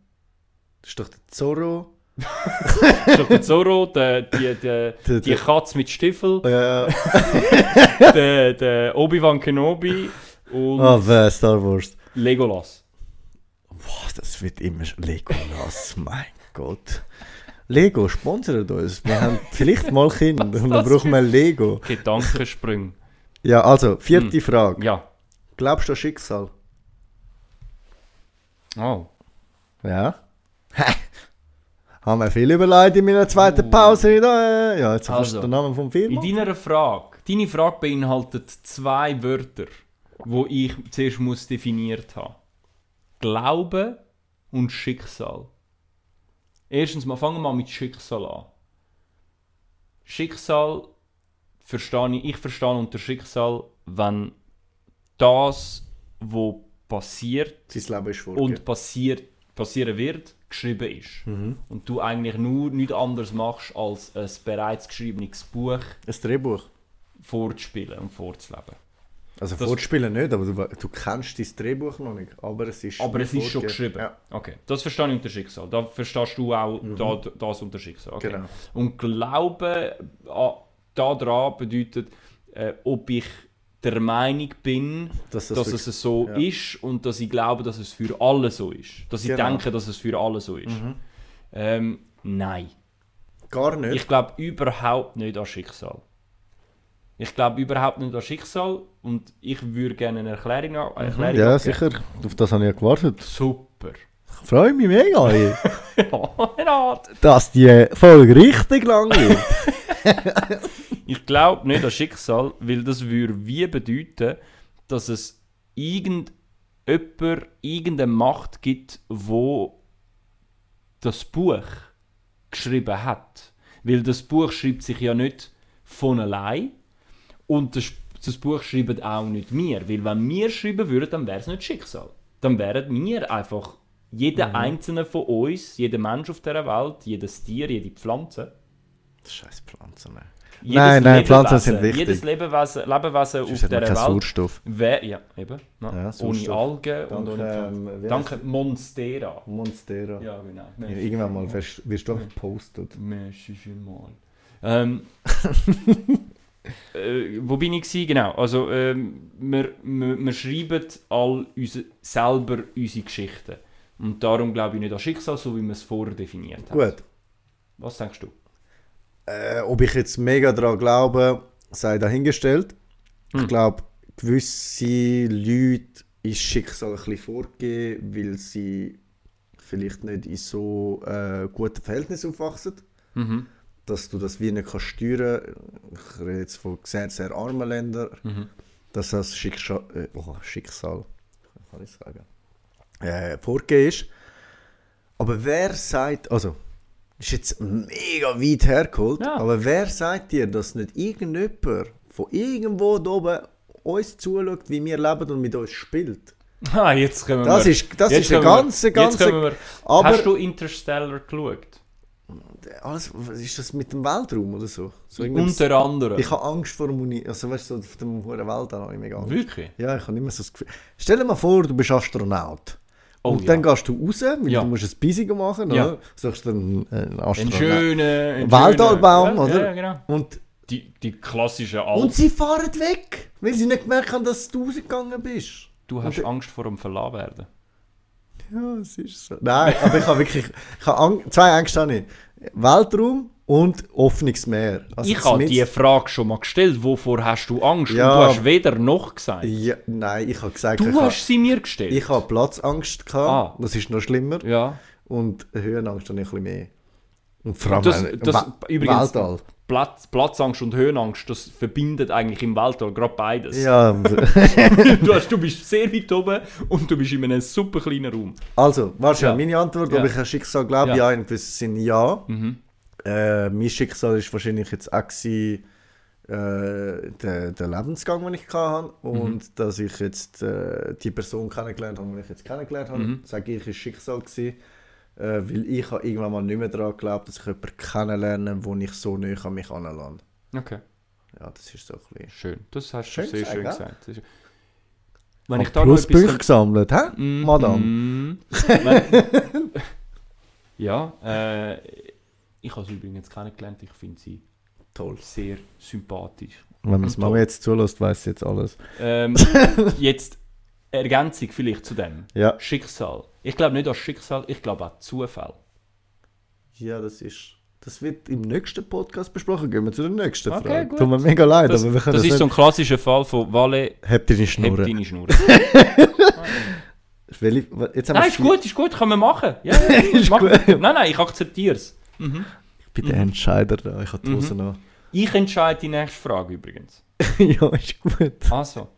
Speaker 2: Das ist doch der Zorro.
Speaker 1: Das ist doch der Zorro, der, äh, die, die,
Speaker 2: Der-
Speaker 1: die
Speaker 2: der-
Speaker 1: Katze mit Stiefel,
Speaker 2: Ja.
Speaker 1: der, der Obi-Wan Kenobi und
Speaker 2: Ah, wer? Star Wars.
Speaker 1: Legolas.
Speaker 2: Boah, das wird immer schon Legolas, mein Gott. Lego sponsert uns. Wir haben vielleicht mal Kinder und dann
Speaker 1: das
Speaker 2: brauchen wir Lego.
Speaker 1: Gedankensprünge.
Speaker 2: Ja, also, vierte Frage.
Speaker 1: Ja.
Speaker 2: Glaubst du an Schicksal?
Speaker 1: Oh.
Speaker 2: Ja. Haben wir viel überlegt in meiner zweiten
Speaker 1: Uh.
Speaker 2: Pause. Da, äh, Ja, jetzt hast
Speaker 1: Also.
Speaker 2: du den Namen vom
Speaker 1: In
Speaker 2: Film.
Speaker 1: deiner Frage, deine Frage beinhaltet zwei Wörter, wo ich zuerst muss definiert haben. Glaube und Schicksal. Erstens mal fangen wir mal mit Schicksal an. Schicksal verstehe ich, ich verstehe unter Schicksal, wenn das, was passiert,
Speaker 2: Sein Leben ist vorgegeben.
Speaker 1: und passiert, passieren wird, geschrieben ist.
Speaker 2: Mhm.
Speaker 1: Und du eigentlich nur nichts anderes machst, als ein bereits geschriebenes Buch
Speaker 2: Ein Drehbuch.
Speaker 1: vorzuspielen und vorzuleben.
Speaker 2: Also vorspielen nicht, aber du, du kennst dein Drehbuch noch nicht. Aber es ist,
Speaker 1: Aber es ist schon
Speaker 2: vorgegeben.
Speaker 1: geschrieben.
Speaker 2: Ja. Mhm.
Speaker 1: Okay. Das verstehe ich unter Schicksal. Da verstehst du auch da, das unter Schicksal. Okay.
Speaker 2: Genau.
Speaker 1: Und Glauben an- daran bedeutet, äh, ob ich der Meinung bin,
Speaker 2: Dass
Speaker 1: dass,
Speaker 2: das wirklich-
Speaker 1: es so
Speaker 2: ja.
Speaker 1: ist und dass ich glaube, dass es für alle so ist. Dass ich
Speaker 2: Genau. Mhm.
Speaker 1: denke, dass es für alle so ist. Ähm, nein.
Speaker 2: Gar nicht.
Speaker 1: Ich glaube überhaupt nicht an Schicksal. Ich glaube überhaupt nicht an Schicksal und ich würde gerne eine Erklärung, ab- eine Erklärung
Speaker 2: Mhm. ja,
Speaker 1: abgeben.
Speaker 2: sicher. Auf das habe ich ja gewartet.
Speaker 1: Super.
Speaker 2: Ich freue mich mega, ey,
Speaker 1: Ja,
Speaker 2: dass die Folge richtig lang wird.
Speaker 1: ich glaube nicht an Schicksal, weil das würde wie bedeuten, dass es irgendjemand, irgendeine Macht gibt, wo das Buch geschrieben hat. Weil das Buch schreibt sich ja nicht von allein und das, das Buch schreiben auch nicht wir. Weil wenn wir schreiben würden, dann wäre es nicht Schicksal. Dann wären wir einfach, jeder einzelne von uns, jeder Mensch auf dieser Welt, jedes Tier, jede Pflanze,
Speaker 2: Scheiß Pflanzen. Nein,
Speaker 1: jedes
Speaker 2: nein,
Speaker 1: Lebewesen-
Speaker 2: Pflanzen sind wichtig.
Speaker 1: Jedes Lebewesen, Lebewesen auf
Speaker 2: Sonst
Speaker 1: dieser
Speaker 2: hat man keinen
Speaker 1: Welt.
Speaker 2: Sauerstoff.
Speaker 1: Wär, ja, eben. Na,
Speaker 2: Ja,
Speaker 1: ohne
Speaker 2: Sauerstoff.
Speaker 1: Algen und
Speaker 2: Danke,
Speaker 1: ohne
Speaker 2: ähm,
Speaker 1: Pflanzen.
Speaker 2: wie
Speaker 1: Danke, Monstera.
Speaker 2: Monstera.
Speaker 1: Ja, genau.
Speaker 2: Ja, Irgendwann mal wirst, wirst du auch gepostet.
Speaker 1: Merci vielmal. Ähm, äh, wo bin ich gewesen? Genau, also ähm, wir, wir, wir schreiben all unsere, selber unsere Geschichten. Und darum glaube ich nicht an Schicksal, so wie wir es vorher definiert haben.
Speaker 2: Gut.
Speaker 1: Was denkst du?
Speaker 2: Äh, ob ich jetzt mega daran glaube, sei dahingestellt. Ich glaube, gewisse Leute ist Schicksal ein bisschen vorgegeben, weil sie vielleicht nicht in so äh, guten Verhältnissen aufwachsen. Dass du das wie nicht kannst steuern Ich rede jetzt von sehr, sehr armen Ländern. Dass das Schicksal, äh, oh, Schicksal kann ich sagen, äh, vorgegeben ist. Aber wer sagt, also, ist jetzt mega weit hergeholt,
Speaker 1: Ja.
Speaker 2: aber wer sagt dir, dass nicht irgendjemand von irgendwo da oben uns zuschaut, wie wir leben und mit uns spielt?
Speaker 1: Ah, jetzt kommen
Speaker 2: Das
Speaker 1: wir.
Speaker 2: ist- das ist eine
Speaker 1: kommen wir-
Speaker 2: ganze-
Speaker 1: jetzt
Speaker 2: ganze-
Speaker 1: kommen wir.
Speaker 2: aber-
Speaker 1: Hast du Interstellar geschaut?
Speaker 2: Alles, was ist das mit dem Weltraum oder so? so irgendwas-
Speaker 1: Unter anderem.
Speaker 2: ich habe Angst vor dem Uni, also weißt du, so vor dem hohen Weltall habe ich mega Angst.
Speaker 1: Wirklich?
Speaker 2: Ja, ich habe immer so das Gefühl. Stell dir mal vor, du bist Astronaut.
Speaker 1: Oh,
Speaker 2: und
Speaker 1: ja.
Speaker 2: dann gehst du raus, weil
Speaker 1: Ja.
Speaker 2: du musst ein Bisigen machen,
Speaker 1: Ja.
Speaker 2: oder? Suchst dir einen,
Speaker 1: Ein
Speaker 2: einen Astronaut.
Speaker 1: schöner... ein
Speaker 2: Weltallbaum,
Speaker 1: schöner- ja,
Speaker 2: oder?
Speaker 1: Ja, genau.
Speaker 2: Und,
Speaker 1: Die, die klassischen
Speaker 2: und
Speaker 1: Alten.
Speaker 2: sie fahren weg, weil sie nicht gemerkt haben, dass du rausgegangen bist.
Speaker 1: Du hast Angst vor dem Verlassen
Speaker 2: Ja, es ist so. Nein, aber ich habe wirklich ich habe Ang zwei Ängste. Habe ich. Weltraum und offenes Meer. Also
Speaker 1: ich habe
Speaker 2: zumindest-
Speaker 1: die Frage schon mal gestellt, wovor hast du Angst?
Speaker 2: Ja.
Speaker 1: Und du hast weder noch gesagt.
Speaker 2: Ja, nein, ich habe gesagt,
Speaker 1: Du
Speaker 2: ich, habe,
Speaker 1: hast sie mir gestellt.
Speaker 2: ich habe Platzangst gehabt.
Speaker 1: Ah.
Speaker 2: Das ist noch schlimmer.
Speaker 1: ja.
Speaker 2: Und Höhenangst habe ich ein bisschen mehr. Und vor allem
Speaker 1: Das-
Speaker 2: im
Speaker 1: das-
Speaker 2: We-
Speaker 1: übrigens-
Speaker 2: Weltall.
Speaker 1: Platz, Platzangst und Höhenangst, das verbindet eigentlich im Weltall gerade beides.
Speaker 2: Ja,
Speaker 1: du, hast, du bist sehr weit oben und du bist in einem super kleinen Raum.
Speaker 2: also, warte,
Speaker 1: Ja.
Speaker 2: meine Antwort,
Speaker 1: Ja.
Speaker 2: ob ich an Schicksal glaube, ja,
Speaker 1: Ja. Mhm.
Speaker 2: in gewissem Sinne ja. Äh, mein Schicksal ist wahrscheinlich jetzt auch gewesen, äh, der, der Lebensgang, den ich hatte
Speaker 1: Mhm.
Speaker 2: und dass ich jetzt äh, die Person kennengelernt habe, die ich jetzt kennengelernt habe,
Speaker 1: Mhm.
Speaker 2: sage ich, ist Schicksal gewesen, äh, weil ich habe irgendwann mal nicht mehr daran geglaubt, dass ich jemanden kennenlerne, wo ich so nah an mich anlande.
Speaker 1: Okay,
Speaker 2: Ja, das ist so ein bisschen...
Speaker 1: schön. Das hast
Speaker 2: Schön
Speaker 1: du sehr
Speaker 2: gesagt,
Speaker 1: schön
Speaker 2: ja?
Speaker 1: gesagt. Sehr schön. Wenn ich
Speaker 2: Hab
Speaker 1: da noch etwas Mhm.
Speaker 2: Plusbücher
Speaker 1: könnte-
Speaker 2: gesammelt, hä? Madame.
Speaker 1: Mm. Wenn- Hm. ja, äh, ich habe sie übrigens jetzt kennengelernt. Ich finde sie
Speaker 2: Toll.
Speaker 1: sehr sympathisch.
Speaker 2: Wenn man es
Speaker 1: Und
Speaker 2: mal
Speaker 1: toll.
Speaker 2: jetzt zulässt, weiß sie jetzt alles.
Speaker 1: Ähm, jetzt Ergänzung vielleicht zu dem.
Speaker 2: Ja.
Speaker 1: Schicksal. Ich glaube nicht an Schicksal, ich glaube an Zufall.
Speaker 2: Ja, das ist. Das wird im nächsten Podcast besprochen. Gehen wir zu der nächsten
Speaker 1: Okay,
Speaker 2: Frage.
Speaker 1: gut.
Speaker 2: Tut mir mega leid,
Speaker 1: Das,
Speaker 2: aber wir
Speaker 1: das,
Speaker 2: können das,
Speaker 1: ist so
Speaker 2: nicht.
Speaker 1: ein klassischer Fall von Walle,
Speaker 2: Habt ihr die
Speaker 1: heb
Speaker 2: Schnurren?
Speaker 1: deine Schnur.
Speaker 2: Welche- wa- Jetzt haben
Speaker 1: nein,
Speaker 2: wir
Speaker 1: ist
Speaker 2: vier-
Speaker 1: gut, ist gut, kann man machen. Ja, ja, ist gut.
Speaker 2: gut.
Speaker 1: Nein, nein, ich akzeptiere es.
Speaker 2: Ich bin
Speaker 1: Mhm.
Speaker 2: der Entscheider da. Ich habe die Hose noch.
Speaker 1: Ich entscheide die nächste Frage übrigens.
Speaker 2: ja, ist gut.
Speaker 1: Also,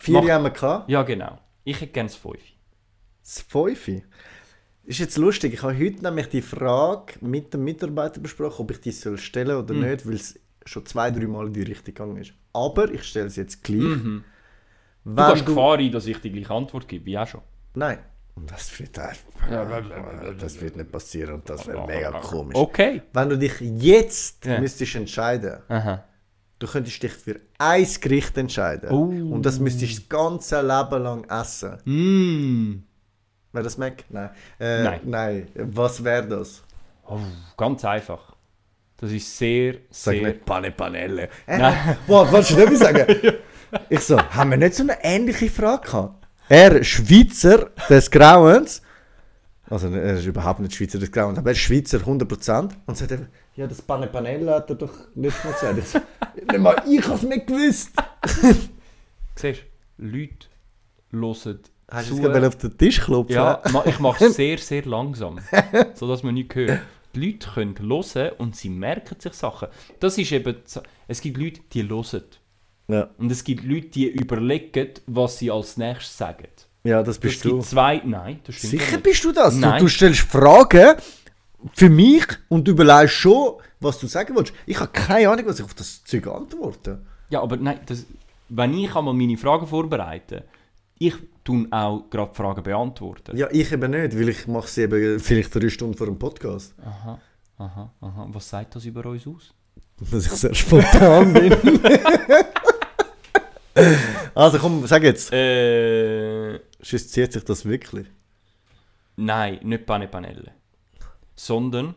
Speaker 2: Vier
Speaker 1: Mach-
Speaker 2: haben wir gehabt.
Speaker 1: ja genau. Ich hätte gerne das Fünfe.
Speaker 2: Das Fünfe. Ist jetzt lustig. Ich habe heute nämlich die Frage mit dem Mitarbeiter besprochen, ob ich die soll stellen
Speaker 1: Mhm.
Speaker 2: oder nicht, weil es schon zwei, drei Mal in die Richtung gegangen ist. Aber ich stelle es jetzt gleich. Wenn
Speaker 1: Mhm. Du kannst Gefahr ein, dass ich die gleiche Antwort gebe, wie auch schon.
Speaker 2: Nein. Das wird, das wird nicht passieren und das wäre mega komisch.
Speaker 1: Okay.
Speaker 2: Wenn du dich jetzt
Speaker 1: Oh. Ja.
Speaker 2: müsstest entscheiden,
Speaker 1: Aha.
Speaker 2: du könntest dich für ein Gericht entscheiden
Speaker 1: Oh.
Speaker 2: und das müsstest du das ganze Leben lang essen.
Speaker 1: Mm.
Speaker 2: Wäre das Mac? Nein. Äh,
Speaker 1: Nein.
Speaker 2: nein. Was wäre das?
Speaker 1: Oh, ganz einfach. Das ist sehr,
Speaker 2: Sag
Speaker 1: sehr...
Speaker 2: nicht Pane Panelle. Äh,
Speaker 1: Nein.
Speaker 2: Boah, wolltest du nicht mehr sagen? ich so, haben wir nicht so eine ähnliche Frage gehabt? Er, Schweizer des Grauens, also er ist überhaupt nicht Schweizer des Grauens, aber er ist Schweizer 100% und sagt eben, ja, das Pane Panelle hat er doch nicht mehr gesagt. Ich so, nicht mal ich habe es nicht gewusst.
Speaker 1: Siehst du, Leute hören
Speaker 2: Hast du
Speaker 1: zu.
Speaker 2: es gerade auf den Tisch klopfen?
Speaker 1: Ja, ma- ich mache es sehr, sehr langsam, sodass man nichts hört. Die Leute können hören und sie merken sich Sachen. Das ist eben... die Sa- Es gibt Leute, die hören.
Speaker 2: Ja,
Speaker 1: Und es gibt Leute, die überlegen, was sie als nächstes sagen.
Speaker 2: ja das
Speaker 1: Es
Speaker 2: bist
Speaker 1: gibt
Speaker 2: du.
Speaker 1: zwei... Nein, das stimmt
Speaker 2: Sicher
Speaker 1: nicht.
Speaker 2: bist du das? Du,
Speaker 1: Nein.
Speaker 2: du stellst Fragen für mich und überlegst schon, was du sagen willst. Ich habe keine Ahnung, was ich auf das Zeug antworte.
Speaker 1: Ja, aber nein, das, wenn ich einmal meine Fragen vorbereite, ich tun auch gerade die Fragen beantworten.
Speaker 2: Ja, ich eben nicht, weil ich mache sie eben vielleicht drei Stunden vor dem Podcast.
Speaker 1: Aha, aha, aha. Was sagt das über uns aus?
Speaker 2: Dass ich sehr spontan bin. also komm, sag jetzt.
Speaker 1: Äh,
Speaker 2: Sonst zieht sich das wirklich.
Speaker 1: nein, nicht Pane Panelle. Sondern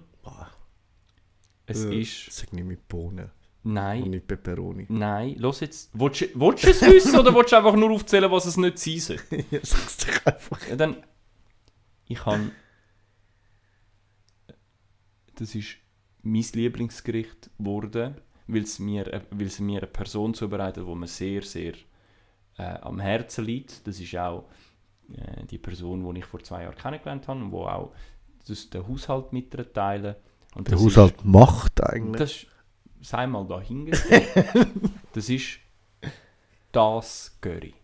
Speaker 1: es
Speaker 2: Äh,
Speaker 1: ist.
Speaker 2: Sag nicht mit Bohnen und
Speaker 1: Nein,
Speaker 2: nicht Peperoni.
Speaker 1: nein, los jetzt. Willst du willst du es wissen oder willst du einfach nur aufzählen, was es nicht sein soll?
Speaker 2: ja, sag's doch einfach.
Speaker 1: Ja, dann. Ich habe. Das ist mein Lieblingsgericht geworden, weil es mir, äh, weil es mir eine Person zubereitet, die mir sehr, sehr äh, am Herzen liegt. Das ist auch äh, die Person, die ich vor zwei Jahren kennengelernt habe und die auch das, den Haushalt mit ihr teilen. Und
Speaker 2: Der
Speaker 1: das
Speaker 2: Haushalt macht
Speaker 1: Ist,
Speaker 2: eigentlich.
Speaker 1: das ist, sei mal dahin. das ist das Curry,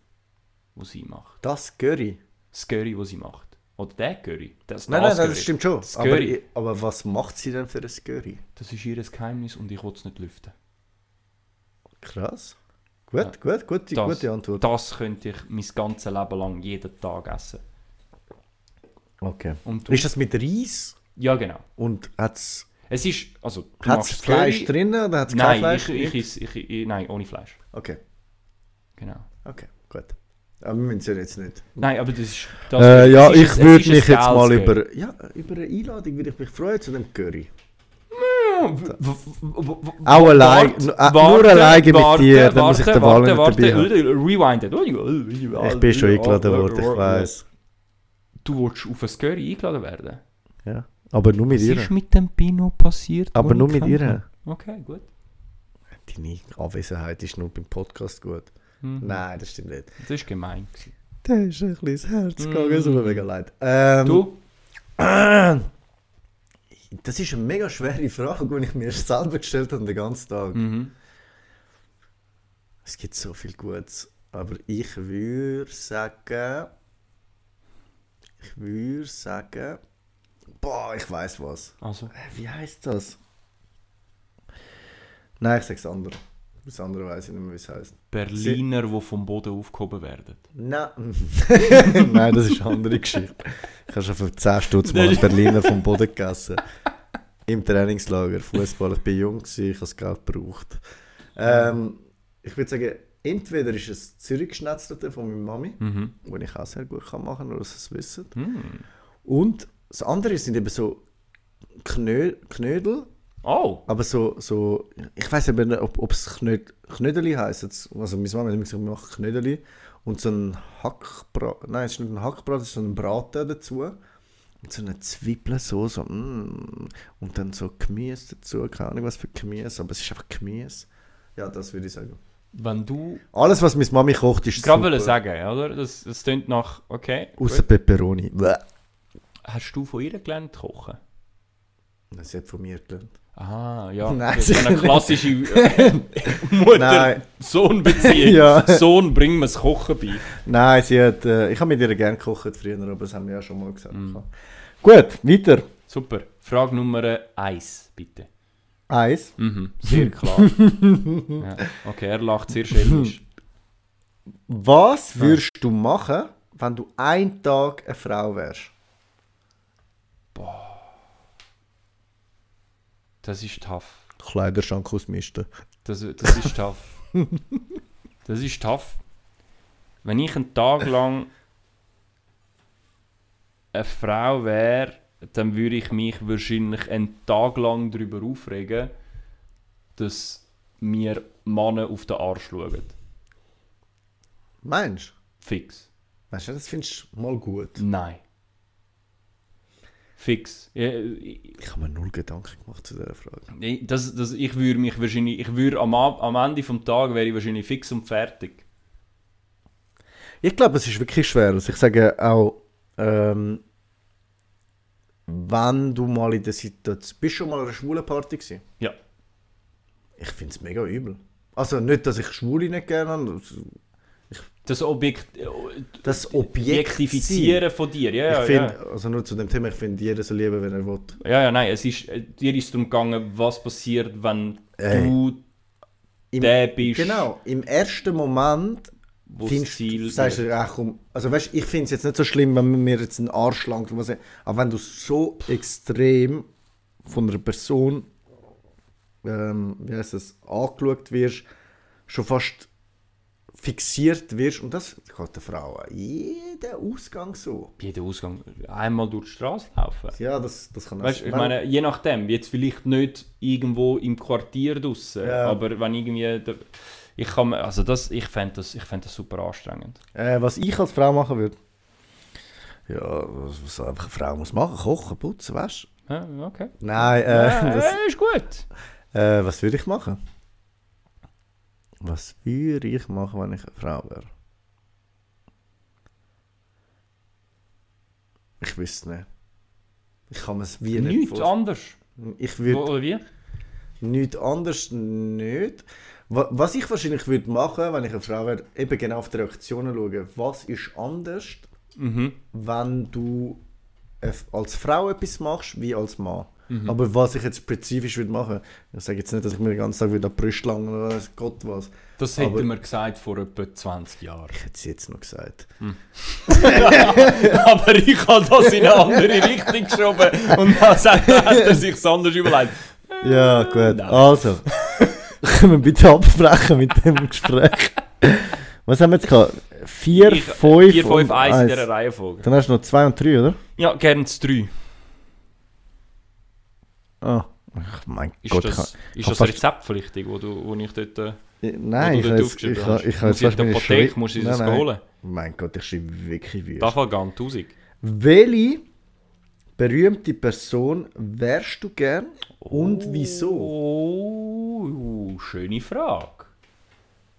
Speaker 1: was sie macht
Speaker 2: Das Curry.
Speaker 1: das Curry, das sie macht. Oder der Curry. Das,
Speaker 2: Nein, nein,
Speaker 1: das
Speaker 2: nein,
Speaker 1: Curry.
Speaker 2: das stimmt schon.
Speaker 1: Das
Speaker 2: aber,
Speaker 1: Curry.
Speaker 2: aber was macht sie denn für ein Curry?
Speaker 1: Das ist ihr Geheimnis und ich will es nicht lüften.
Speaker 2: Krass. Gut, gut, gute,
Speaker 1: Das,
Speaker 2: gute Antwort.
Speaker 1: das könnte ich mein ganzes Leben lang jeden Tag essen.
Speaker 2: Okay.
Speaker 1: Und du?
Speaker 2: Ist das mit Reis
Speaker 1: Ja, genau.
Speaker 2: und hat's,
Speaker 1: Es ist, also, du
Speaker 2: hat's
Speaker 1: machst
Speaker 2: Fleisch
Speaker 1: Curry.
Speaker 2: drin oder hat's kein
Speaker 1: Nein,
Speaker 2: Fleisch?
Speaker 1: ich, ich, iss- ich, ich, nein, ohne Fleisch.
Speaker 2: okay.
Speaker 1: Genau.
Speaker 2: Okay, gut. Aber wir müssen ja jetzt nicht.
Speaker 1: Nein, aber das ist... Das
Speaker 2: Äh,
Speaker 1: Also, es ist
Speaker 2: ja,
Speaker 1: ein-
Speaker 2: ich
Speaker 1: es ist
Speaker 2: würde
Speaker 1: ein
Speaker 2: mich jetzt
Speaker 1: geiles
Speaker 2: mal
Speaker 1: Curry.
Speaker 2: über, ja, über eine Einladung würde ich mich freuen zu dem Curry. Auch allein,
Speaker 1: Warte,
Speaker 2: n- äh, nur alleine mit dir, dann muss ich den Wahl nicht dabei haben.
Speaker 1: Rewindet.
Speaker 2: Ich bin schon eingeladen worden, ich weiß.
Speaker 1: Du willst auf ein Curry eingeladen werden?
Speaker 2: Ja. Aber nur mit
Speaker 1: Was
Speaker 2: ihr.
Speaker 1: ist mit dem Pinot passiert?
Speaker 2: Aber
Speaker 1: den
Speaker 2: nur
Speaker 1: ich
Speaker 2: mit
Speaker 1: kennt
Speaker 2: ihr.
Speaker 1: habe? Okay, gut.
Speaker 2: Deine Anwesenheit ist nur beim Podcast gut.
Speaker 1: Hm.
Speaker 2: Nein, das stimmt nicht.
Speaker 1: Das ist gemein. gewesen.
Speaker 2: Da ist ein bisschen das Herz gegangen, es tut mir mega leid. Ähm,
Speaker 1: Du?
Speaker 2: Das ist eine mega schwere Frage, die ich mir selber gestellt habe den ganzen Tag.
Speaker 1: Mhm.
Speaker 2: Es gibt so viel Gutes. Aber ich würde sagen. Ich würde sagen. Boah, ich weiß was.
Speaker 1: Also,
Speaker 2: Äh, Wie heißt das? Nein, ich sag's andere. Das andere weiß ich nicht mehr, wie es heißt.
Speaker 1: Berliner, die vom Boden aufgehoben werden.
Speaker 2: Nein. Nein, das ist eine andere Geschichte. Ich habe schon für 10 Stutz mal einen Berliner vom Boden gegessen. Im Trainingslager, Fußball. Ich bin jung, gewesen, ich habe es Geld gebraucht. Ähm, ich würde sagen, Entweder ist es Zürich-Geschnetzelte von meiner Mami,
Speaker 1: Mhm.
Speaker 2: wo ich auch sehr gut kann machen kann, dass sie es wissen.
Speaker 1: Hm.
Speaker 2: Und das andere sind eben so Knö Knödel,
Speaker 1: Oh!
Speaker 2: aber so, so ich weiß eben nicht, ob, ob es Knö Knödeli heisst. Also meine Mama hat immer gesagt, wir machen Knödeli und so ein Hackbraten, nein, es ist nicht ein Hackbraten, es ist so ein Braten dazu. Und so eine Zwiebelsauce, mm. und dann so Gemüse dazu, keine Ahnung was für Gemüse, aber es ist einfach Gemüse. Ja, das würde ich sagen.
Speaker 1: Wenn du...
Speaker 2: Alles, was meine Mami kocht, ist
Speaker 1: Gerade wollte
Speaker 2: super.
Speaker 1: sagen, oder? Das, das klingt nach... Okay,
Speaker 2: Außer
Speaker 1: gut.
Speaker 2: Peperoni. Bäh.
Speaker 1: Hast du von ihr gelernt zu kochen?
Speaker 2: Das hat von mir gelernt.
Speaker 1: Aha, ja.
Speaker 2: Nein,
Speaker 1: das ist so eine
Speaker 2: sicher nicht.
Speaker 1: klassische äh,
Speaker 2: Nein.
Speaker 1: Mutter-Sohn-Beziehung.
Speaker 2: Ja.
Speaker 1: Sohn, bring mir das Kochen bei.
Speaker 2: Nein, sie hat, äh, ich habe mit ihr gerne gekocht früher, aber das haben wir ja schon mal gesagt. Gut, weiter.
Speaker 1: Super. Frage Nummer 1, bitte.
Speaker 2: Eins.
Speaker 1: Mhm, sehr klar. ja. Okay, er lacht sehr schelmisch.
Speaker 2: Was würdest du machen, wenn du einen Tag eine Frau wärst?
Speaker 1: Das ist tough.
Speaker 2: Kleiderschrank ausmisten.
Speaker 1: Das, das ist tough. Das ist tough. Wenn ich einen Tag lang eine Frau wäre, dann würde ich mich wahrscheinlich einen Tag lang darüber aufregen, dass mir Männer auf den Arsch schauen.
Speaker 2: Meinst du?
Speaker 1: Fix.
Speaker 2: Weißt du, das findest du mal gut.
Speaker 1: Nein. Fix. Ja, ich-
Speaker 2: Ich habe mir null Gedanken gemacht zu dieser Frage.
Speaker 1: Ich- Das, das, ich würde mich wahrscheinlich, ich würde am, Ab- am Ende vom Tag wäre ich wahrscheinlich fix und fertig.
Speaker 2: Ich glaube, es ist wirklich schwer. Also ich sage auch, ähm, wenn du mal in der Situation... Bist du schon mal an einer schwulen Party gewesen?
Speaker 1: Ja.
Speaker 2: Ich finde es mega übel. Also nicht, dass ich Schwule nicht gerne habe.
Speaker 1: Das Objekt, äh,
Speaker 2: Das Objekt
Speaker 1: Objektifizieren von dir, ja,
Speaker 2: Ich
Speaker 1: ja,
Speaker 2: finde, also nur zu dem Thema, ich finde, jeder soll lieben, wenn er will.
Speaker 1: ja. Ja, ja, nein, es ist, äh, dir ist darum gegangen, was passiert, wenn
Speaker 2: Ey.
Speaker 1: du
Speaker 2: Äh, Im,
Speaker 1: der bist,
Speaker 2: Genau, im ersten Moment
Speaker 1: wo das
Speaker 2: findest
Speaker 1: Ziel
Speaker 2: du, sagst du, ach komm, also weißt, ich finde es jetzt nicht so schlimm, wenn man mir jetzt einen Arsch langt, oder was, auch- aber wenn du so extrem von einer Person, ähm, wie heißt das, angeschaut wirst, schon fast fixiert wirst, und das hat der Frau an jeden Ausgang so.
Speaker 1: Bei jedem Ausgang einmal durch die Straße laufen.
Speaker 2: Ja, das, das kann auch
Speaker 1: Weißt, du, ich
Speaker 2: sein. Wenn-
Speaker 1: meine, je nachdem, jetzt vielleicht nicht irgendwo im Quartier draussen,
Speaker 2: Ja.
Speaker 1: aber wenn irgendwie, der- ich kann, mir- also das, ich fände das, ich fänd das super anstrengend.
Speaker 2: Äh, was ich als Frau machen würde. Ja, was, was einfach eine Frau muss machen, kochen, putzen, weißt
Speaker 1: Ja, okay.
Speaker 2: du? Nein, äh,
Speaker 1: Ja,
Speaker 2: das,
Speaker 1: ja, ist gut.
Speaker 2: äh, was würde ich machen? Was würde ich machen, wenn ich eine Frau wäre? Ich wüsste nicht. Ich kann mir es wie nicht
Speaker 1: Nichts
Speaker 2: vorstellen.
Speaker 1: anderes.
Speaker 2: Ich
Speaker 1: Wo-
Speaker 2: würde
Speaker 1: Oder wie?
Speaker 2: nichts anderes nicht. Wa- Was ich wahrscheinlich würde machen, wenn ich eine Frau wäre, eben genau auf die Reaktionen schauen. Was ist anders,
Speaker 1: Mhm.
Speaker 2: wenn du f- als Frau etwas machst, wie als Mann. Aber was ich jetzt spezifisch würde machen, ich sage jetzt nicht, dass ich mir den ganzen Tag wieder Brüste lang oder weiss Gott was,
Speaker 1: Das
Speaker 2: Aber-
Speaker 1: hätten wir gesagt vor etwa 20 Jahren.
Speaker 2: ich hätte es jetzt noch gesagt.
Speaker 1: Aber ich habe das in eine andere Richtung geschoben und dann sagt er, hat er sich anders überlegt.
Speaker 2: Ja, gut.
Speaker 1: nein.
Speaker 2: Also, können wir bitte abbrechen mit dem Gespräch. Was haben wir jetzt gehabt? 4,
Speaker 1: Ich- äh,
Speaker 2: 5,
Speaker 1: 4, 5, 1 in dieser
Speaker 2: Dann
Speaker 1: Reihenfolge.
Speaker 2: hast du noch 2 und 3, oder?
Speaker 1: Ja, gerne das 3.
Speaker 2: Ah. Ach, mein
Speaker 1: Ist
Speaker 2: Gott. ich
Speaker 1: das,
Speaker 2: kann-
Speaker 1: ist
Speaker 2: hab
Speaker 1: das
Speaker 2: fast-
Speaker 1: Rezept vielleicht, wo, du, wo ich dort... äh,
Speaker 2: Nein,
Speaker 1: wo
Speaker 2: ich
Speaker 1: du dort
Speaker 2: habe jetzt-
Speaker 1: aufgeschrieben
Speaker 2: ich habe-
Speaker 1: hast?
Speaker 2: ich habe
Speaker 1: Muss
Speaker 2: jetzt
Speaker 1: ich in
Speaker 2: fast
Speaker 1: der
Speaker 2: meine
Speaker 1: Apotheke
Speaker 2: Schrift-
Speaker 1: musst du
Speaker 2: Nein,
Speaker 1: das
Speaker 2: nein.
Speaker 1: holen.
Speaker 2: Mein Gott, ich schreibe wirklich wie.
Speaker 1: Das war ganz 1000.
Speaker 2: Welche berühmte Person wärst du gern und wieso?
Speaker 1: Oh, schöne Frage.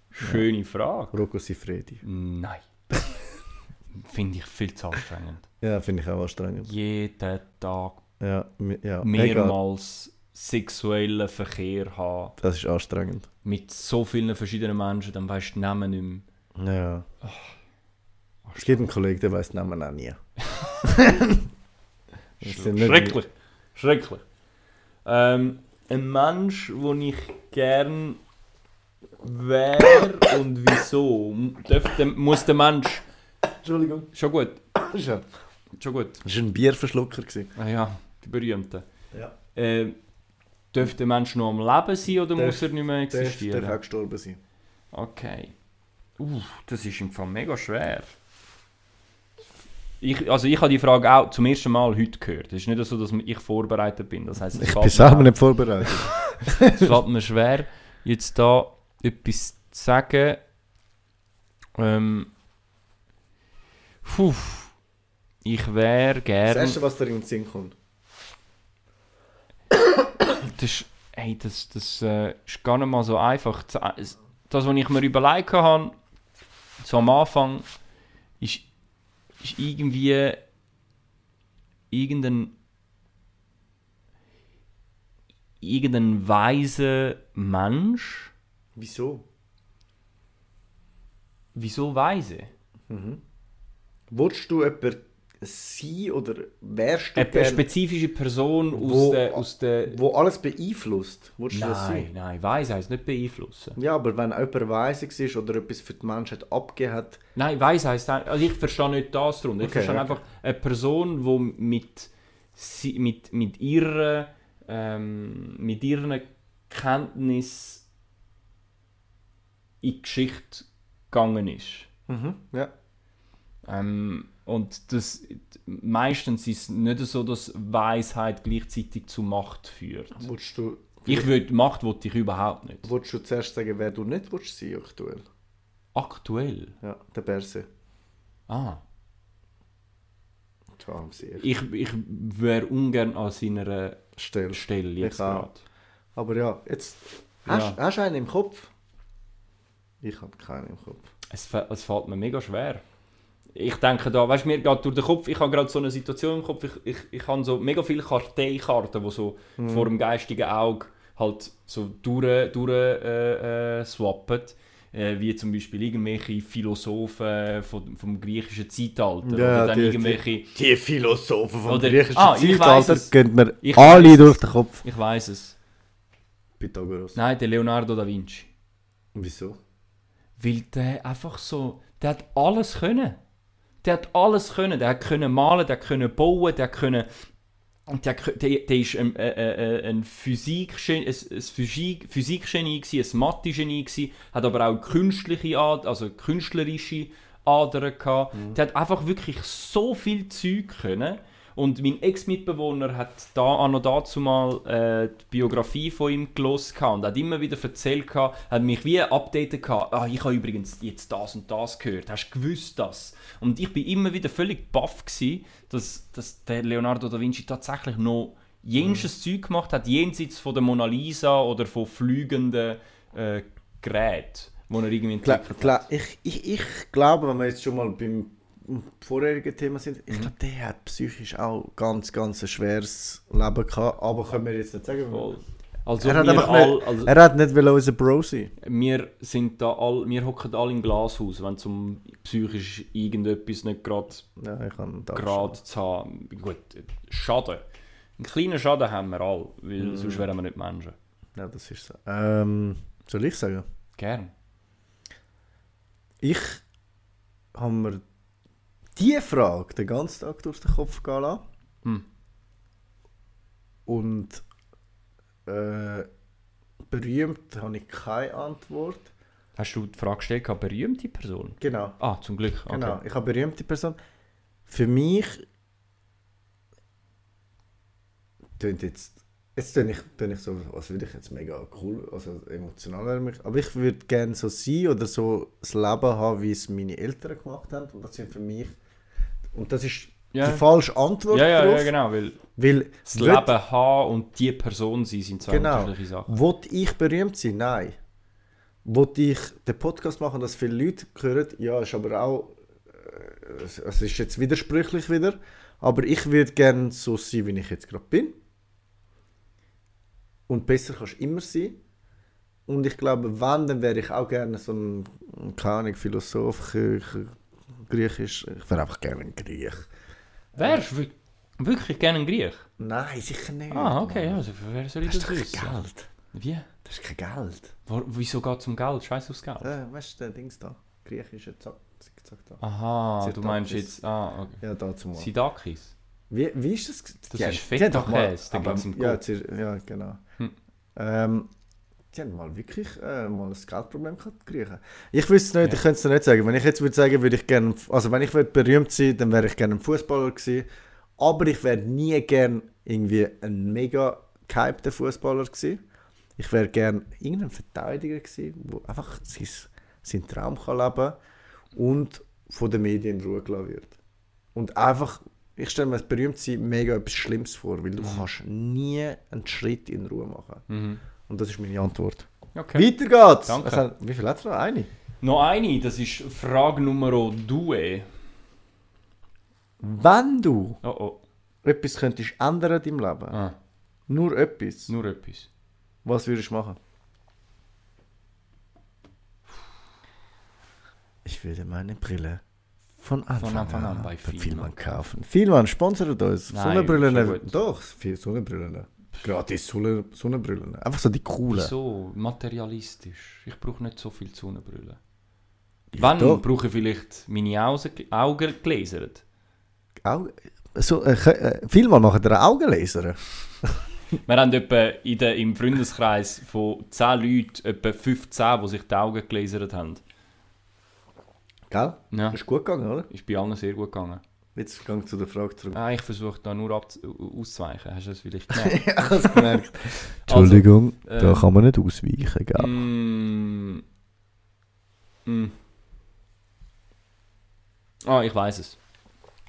Speaker 1: Schöne Frage.
Speaker 2: Rocco Siffredi.
Speaker 1: Nein. Finde ich viel zu anstrengend.
Speaker 2: Ja, finde ich auch anstrengend.
Speaker 1: Jeden Tag
Speaker 2: Ja, mi- ja. Mega.
Speaker 1: mehrmals sexuellen Verkehr haben
Speaker 2: Das ist anstrengend.
Speaker 1: mit so vielen verschiedenen Menschen, dann weißt du die Namen nicht mehr.
Speaker 2: Ja.
Speaker 1: Oh.
Speaker 2: Es gibt einen Kollegen, der weiß den Namen auch nie. Das sind nicht-
Speaker 1: Schrecklich. Schrecklich. Ähm, ein Mensch, wo ich gern wäre und wieso, M- darf der, muss der Mensch.
Speaker 2: Entschuldigung.
Speaker 1: Schon gut,
Speaker 2: Das war
Speaker 1: schon gut.
Speaker 2: ein Bierverschlucker. gewesen.
Speaker 1: Ah ja, die Berühmten.
Speaker 2: Ja.
Speaker 1: Äh, darf der Mensch noch am Leben sein oder
Speaker 2: Darf-
Speaker 1: muss er nicht mehr
Speaker 2: Der darf
Speaker 1: existieren?
Speaker 2: auch gestorben sein.
Speaker 1: Okay. Uh, das ist im Fall mega schwer. Ich, also ich habe die Frage auch zum ersten Mal heute gehört. Es ist nicht so, dass ich vorbereitet bin. Das heißt, es
Speaker 2: Ich
Speaker 1: fällt
Speaker 2: bin
Speaker 1: mir
Speaker 2: selber
Speaker 1: auch-
Speaker 2: nicht vorbereitet.
Speaker 1: Es fällt mir schwer, jetzt da etwas zu sagen. Ähm, puh, ich wäre
Speaker 2: Das
Speaker 1: gern.
Speaker 2: Erste, was dir in den Sinn kommt.
Speaker 1: Das, hey, das, das äh, ist gar nicht mal so einfach. zu- es- Das, was ich mir überlegt habe, so am Anfang, ist, ist irgendwie irgendein irgendein weiser Mensch.
Speaker 2: Wieso?
Speaker 1: Wieso weise?
Speaker 2: Wurdest du jemand sein oder wärst du
Speaker 1: Eine
Speaker 2: gern,
Speaker 1: spezifische Person aus
Speaker 2: Wo-
Speaker 1: der... Aus der
Speaker 2: wo alles beeinflusst? Wurdest du das
Speaker 1: nein,
Speaker 2: sein?
Speaker 1: nein, Weise heisst nicht beeinflussen.
Speaker 2: Ja, aber wenn jemand weise war oder etwas für die Menschheit abgegeben hat,
Speaker 1: Nein, Weise heisst... ein- Also ich verstehe nicht das darunter. Ich
Speaker 2: Okay,
Speaker 1: verstehe
Speaker 2: okay.
Speaker 1: einfach eine Person, die mit, sie- mit, mit ihrer... Ähm, mit ihrer Kenntnis in die Geschichte gegangen ist.
Speaker 2: ja.
Speaker 1: Ähm, und das, meistens ist es nicht so, dass Weisheit gleichzeitig zu Macht führt.
Speaker 2: Wurdest du,
Speaker 1: Ich würde Macht wollte ich überhaupt nicht.
Speaker 2: wurdest du zuerst sagen, wer du nicht willst sein aktuell?
Speaker 1: Aktuell.
Speaker 2: Ja, der Berse.
Speaker 1: Ah.
Speaker 2: Du Armseher.
Speaker 1: Ich, ich wäre ungern an seiner
Speaker 2: Stell.
Speaker 1: Stelle jetzt
Speaker 2: Ich auch.
Speaker 1: gerade.
Speaker 2: Aber ja, jetzt. Hast,
Speaker 1: Ja.
Speaker 2: hast du einen im Kopf? Ich habe keinen im Kopf.
Speaker 1: Es, fä- es fällt mir mega schwer. Ich denke da, weißt du, mir geht durch den Kopf, ich habe gerade so eine Situation im Kopf, ich, ich, ich habe so mega viele Karteikarten, die so
Speaker 2: Mhm.
Speaker 1: vor dem geistigen Auge halt so durch, durch äh, äh, swappen. Äh, wie zum Beispiel irgendwelche Philosophen von, vom griechischen Zeitalter
Speaker 2: Ja,
Speaker 1: oder dann
Speaker 2: die- die-
Speaker 1: irgendwelche...
Speaker 2: Die Philosophen vom
Speaker 1: Oder- Ah, ich weiss es.
Speaker 2: gehen mir
Speaker 1: Ich weiss
Speaker 2: alle
Speaker 1: es.
Speaker 2: durch den Kopf.
Speaker 1: Ich weiß es.
Speaker 2: Pythagoras.
Speaker 1: Nein, der Leonardo da Vinci.
Speaker 2: Wieso?
Speaker 1: Weil der einfach so, der hat alles können. Der hat alles können. Der hat können malen, der hat können bauen, der hat können. Der, der, der ist ein, äh, äh, äh, ein Physikgenie, ein, ein Physik, Physikgenie, gewesen, ein Mathe-Genie, gewesen, hat aber auch künstliche Ad, also künstlerische Adern gehabt. Der hat einfach wirklich so viel Zeug können. Und mein Ex-Mitbewohner hat da an und dazu mal äh, die Biografie von ihm gelesen gehabt und hat immer wieder erzählt, gehabt, hat mich wie updated gehabt. Ah, ich habe übrigens jetzt das und das gehört. Hast du gewusst das? Und ich bin immer wieder völlig baff gewesen, dass, dass der Leonardo da Vinci tatsächlich noch jenseits Zeug gemacht hat, jenseits von der Mona Lisa oder von fliegenden äh, Geräten, die er irgendwie
Speaker 2: Gla
Speaker 1: entwickelt hat.
Speaker 2: gla ich, ich, ich glaube, wenn wir jetzt schon mal beim vorherigen Thema sind, ich glaube, der hat psychisch auch ganz, ganz ein schweres Leben gehabt. Aber können wir jetzt nicht sagen.
Speaker 1: Voll.
Speaker 2: weil-
Speaker 1: Also,
Speaker 2: Er hat,
Speaker 1: wir,
Speaker 2: einfach
Speaker 1: all,
Speaker 2: nicht,
Speaker 1: also
Speaker 2: er hat nicht will unser Bro sein.
Speaker 1: wir sind da all, wir hocken alle im Glashaus, wenn es um psychisch irgendetwas nicht gerade
Speaker 2: Ja, ich kann das
Speaker 1: Grad zu haben. Gut, Schaden. Einen kleinen Schaden haben wir alle, weil sonst wären wir nicht Menschen.
Speaker 2: schon. Ja, das ist so. Ähm, soll ich sagen?
Speaker 1: Gern.
Speaker 2: Ich habe mir diese Frage den ganzen Tag durch den Kopf gehen lassen.
Speaker 1: Hm.
Speaker 2: Und äh, berühmt habe ich keine Antwort.
Speaker 1: Hast du die Frage gestellt, gehabt, berühmte Person?
Speaker 2: Genau,
Speaker 1: Ah, zum Glück. Okay.
Speaker 2: genau. Ich habe berühmte Person. Für mich tönt jetzt jetzt tönt ich, tönt ich so, als würde ich jetzt mega cool, also emotional werden mich. Aber ich würde gerne so sein oder so das Leben haben, wie es meine Eltern gemacht haben. Und das sind für mich und das ist
Speaker 1: Ja.
Speaker 2: die falsche Antwort
Speaker 1: Ja, ja,
Speaker 2: drauf,
Speaker 1: ja, genau, weil
Speaker 2: weil
Speaker 1: das Leben haben und die Person sein sind zwei
Speaker 2: Genau.
Speaker 1: unterschiedliche Sachen.
Speaker 2: Wollte ich berühmt sein? Nein. Wollte ich den Podcast machen, dass viele Leute hören? Ja, ist aber auch. äh, Es es ist jetzt widersprüchlich wieder. Aber ich würde gerne so sein, wie ich jetzt gerade bin. Und besser kannst du immer sein. Und ich glaube, wenn, dann wäre ich auch gerne so ein, keine Ahnung, Philosoph, Gr- Gr- Griechisch. Ich wäre einfach gerne ein Griech.
Speaker 1: Wärst du wir- wirklich gerne ein Griech?
Speaker 2: Nein, sicher nicht.
Speaker 1: Ah, okay, ja, also wer soll ich
Speaker 2: Das
Speaker 1: das,
Speaker 2: ist doch
Speaker 1: wissen?
Speaker 2: kein Geld.
Speaker 1: Wie?
Speaker 2: Das ist kein Geld.
Speaker 1: Wo, wieso geht es um Geld? Scheiß aufs Geld.
Speaker 2: Äh, weißt du, der Dings da? Griechische Zack, Zickzack da.
Speaker 1: Aha, du
Speaker 2: Zirtakis.
Speaker 1: meinst jetzt. Ah, okay.
Speaker 2: Ja, da zumal.
Speaker 1: Sidakis.
Speaker 2: Wie, wie ist das? Das
Speaker 1: ist Feta Käse, den gibt's im
Speaker 2: ja,
Speaker 1: Kopf.
Speaker 2: Zir- ja, genau. Ähm, Die haben mal wirklich äh, mal ein Geldproblem gehabt, die Griechen. Ich wüsste es nicht, ich könnte es dir nicht sagen. Wenn ich jetzt würde sagen, würde ich gerne, also wenn ich würde berühmt sein, dann wäre ich gerne ein Fußballer gewesen. Aber ich wäre nie gern irgendwie ein mega gehypter Fußballer gewesen. Ich wäre gern irgendein Verteidiger gewesen, der einfach sein, seinen Traum kann leben und von den Medien in Ruhe gelassen wird. Und einfach, ich stelle mir das Berühmtsein mega etwas Schlimmes vor, weil du
Speaker 1: Mhm.
Speaker 2: kannst nie einen Schritt in Ruhe machen. Und das ist meine Antwort.
Speaker 1: Okay.
Speaker 2: Weiter geht's!
Speaker 1: Danke.
Speaker 2: Also, wie viel hat es noch? Eine?
Speaker 1: Noch eine, das ist Frage Nummer 2.
Speaker 2: Wenn du
Speaker 1: Oh oh.
Speaker 2: etwas könntest ändern in deinem Leben,
Speaker 1: Ah,
Speaker 2: nur etwas,
Speaker 1: nur etwas.
Speaker 2: was würdest du machen? Ich würde meine Brille von Anfang,
Speaker 1: Anfang an bei
Speaker 2: Vielmann,
Speaker 1: Vielmann
Speaker 2: kaufen. Vielmann, sponsert uns.
Speaker 1: Nein,
Speaker 2: Sonnenbrillen.
Speaker 1: schon gut.
Speaker 2: Doch, viel Sonnenbrillen. Gratis Sonne- Sonnenbrillen. Einfach so die coolen.
Speaker 1: Wieso? Materialistisch. Ich brauche nicht so viel Sonnenbrille. Wenn,
Speaker 2: doch.
Speaker 1: brauche ich vielleicht meine Augen, Augen gelasert.
Speaker 2: Au- So, äh, äh, Vielmann machen dir Augenlaser.
Speaker 1: Wir haben etwa in der, im Freundeskreis von 10 Leuten etwa 15, die sich die Augen gelasert haben.
Speaker 2: Gell?
Speaker 1: Ja.
Speaker 2: Ist gut gegangen, oder?
Speaker 1: Ist bei allen sehr gut gegangen.
Speaker 2: Jetzt gang zu der Frage zurück.
Speaker 1: Ah, ich versuche da nur abzu- äh, auszuweichen. Hast du das vielleicht gemerkt?
Speaker 2: Ich habe es gemerkt.
Speaker 1: Also,
Speaker 2: Entschuldigung, da
Speaker 1: ähm,
Speaker 2: kann man nicht ausweichen, gell?
Speaker 1: Mm. Mm. Ah, ich weiß es.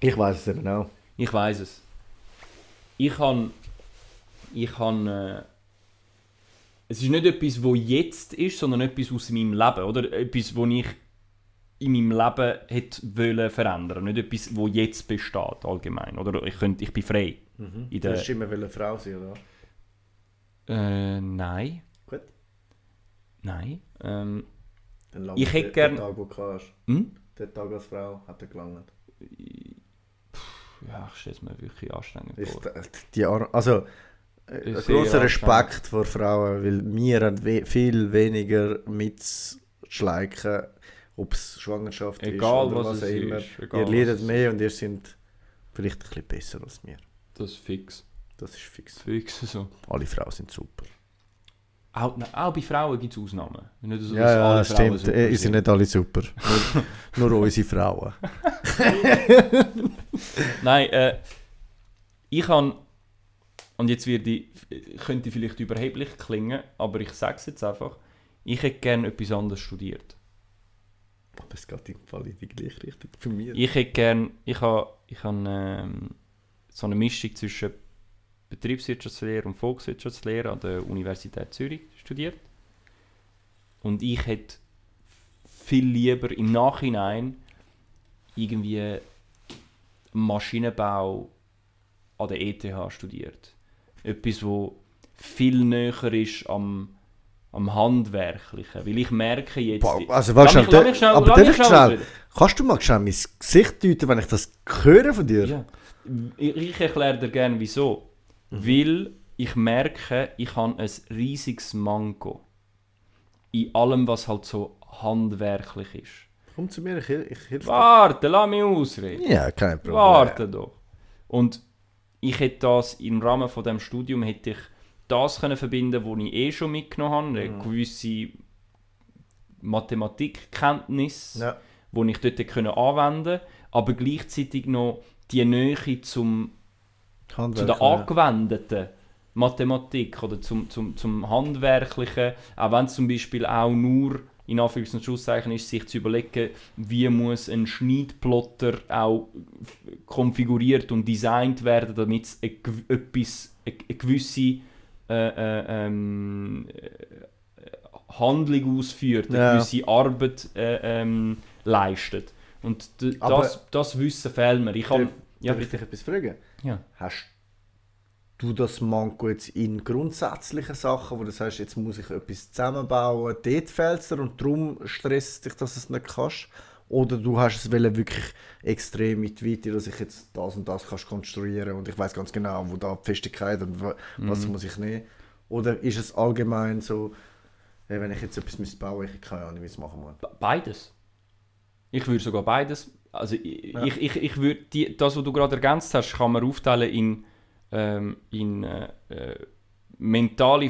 Speaker 2: Ich weiß es eben auch.
Speaker 1: Ich weiß es. Ich han ich han äh, es ist nicht etwas, wo jetzt ist, sondern etwas aus meinem Leben, oder etwas, wo ich in meinem Leben hätte wollen verändern, nicht etwas, wo jetzt besteht allgemein, oder ich könnte, ich bin frei. In
Speaker 2: Du
Speaker 1: der,
Speaker 2: hast immer eine Frau sein, oder?
Speaker 1: äh, nein,
Speaker 2: Gut.
Speaker 1: nein. Ähm,
Speaker 2: Dann lang
Speaker 1: Ich hätte gern-
Speaker 2: Den Tag, wo du kannst.
Speaker 1: hm?
Speaker 2: Den Tag als Frau hat er gelangt.
Speaker 1: Ja, ich stelle es mir wirklich anstrengend
Speaker 2: Ich,
Speaker 1: vor.
Speaker 2: die Ar also, äh,
Speaker 1: Ist sehr
Speaker 2: großer
Speaker 1: anstrengend.
Speaker 2: Respekt vor Frauen, weil wir haben we viel weniger mitschleichen, ob es Schwangerschaft
Speaker 1: Egal,
Speaker 2: ist oder
Speaker 1: was
Speaker 2: was,
Speaker 1: es
Speaker 2: auch immer.
Speaker 1: ist, egal,
Speaker 2: ihr
Speaker 1: was es
Speaker 2: leidet
Speaker 1: ist.
Speaker 2: mehr und ihr seid vielleicht ein bisschen besser als wir.
Speaker 1: Das ist fix.
Speaker 2: Das ist fix.
Speaker 1: Fix so.
Speaker 2: Alle Frauen sind super.
Speaker 1: Auch, nein, auch bei Frauen gibt es Ausnahmen. Nicht so, dass
Speaker 2: Ja,
Speaker 1: alle Frauen
Speaker 2: ja stimmt.
Speaker 1: super
Speaker 2: Äh, Ihr
Speaker 1: sind.
Speaker 2: sind nicht alle super. Nur, nur unsere Frauen.
Speaker 1: Nein, äh, ich kann. Und jetzt wird ich, könnte ich vielleicht überheblich klingen, aber ich sage es jetzt einfach. Ich hätte gerne etwas anderes studiert.
Speaker 2: Aber es geht im Fall in die gleiche Richtung für mich.
Speaker 1: Ich hätte gerne. Ich habe ich hab, ähm, so eine Mischung zwischen Betriebswirtschaftslehre und Volkswirtschaftslehre an der Universität Zürich studiert. Und ich hätte viel lieber im Nachhinein irgendwie Maschinenbau an der ETH studiert. Etwas, wo viel näher ist am, am Handwerklichen. Weil ich merke jetzt...
Speaker 2: Boah, also warte
Speaker 1: Lass mich-
Speaker 2: schnell,
Speaker 1: lass mich schnell-
Speaker 2: aber
Speaker 1: lass
Speaker 2: darf
Speaker 1: mich
Speaker 2: ich schnell,
Speaker 1: ausreden.
Speaker 2: kannst du mal schnell mein Gesicht deuten, wenn ich das höre von dir?
Speaker 1: Ja. Ich, ich erkläre dir gerne wieso.
Speaker 2: Mhm.
Speaker 1: Weil ich merke, ich habe ein riesiges Manko. In allem, was halt so handwerklich ist.
Speaker 2: Komm zu mir, ich, ich helfe
Speaker 1: Warte, lass mich ausreden.
Speaker 2: dir. Ja, kein Problem.
Speaker 1: Warte doch. Und ich hätte das im Rahmen von dem Studium hätte ich das können verbinden, was ich eh schon mitgenommen habe, eine
Speaker 2: Mhm.
Speaker 1: gewisse Mathematikkenntnis,
Speaker 2: Ja.
Speaker 1: die ich dort hätte können anwenden, aber gleichzeitig noch die Nähe zum zu
Speaker 2: Handwerk,
Speaker 1: der angewendeten Mathematik oder zum, zum, zum Handwerklichen, auch wenn es zum Beispiel auch nur in Anführungs- und Schlusszeichen ist, sich zu überlegen, wie muss ein Schneidplotter auch konfiguriert und designt werden, damit es eine, gew- etwas, eine, eine gewisse äh, äh, ähm, äh, Handlung ausführt, eine
Speaker 2: Ja.
Speaker 1: gewisse Arbeit äh, ähm, leistet. Und d-
Speaker 2: Aber-
Speaker 1: das, das Wissen fehlt mir. Ich kann,
Speaker 2: Darf,
Speaker 1: ja,
Speaker 2: Äh, darf ich dich etwas fragen?
Speaker 1: ja.
Speaker 2: Hast du das Manko jetzt in grundsätzlichen Sachen, wo du sagst, jetzt muss ich etwas zusammenbauen, dort fehlt es dir und darum stresst dich, dass du es nicht kannst? Oder du hast es wollen wirklich extrem mit Weite, dass ich jetzt das und das kannst konstruieren und ich weiß ganz genau, wo da die Festigkeit und wa- was muss ich nehmen. Oder ist es allgemein so, ey, wenn ich jetzt etwas müsste bauen ich keine Ahnung, wie ich es machen muss.
Speaker 1: Be- Beides. Ich würde sogar beides. Also ich, ich, ich, ich würde die, das, was du gerade ergänzt hast, kann man aufteilen in, ähm, in äh, äh, mentale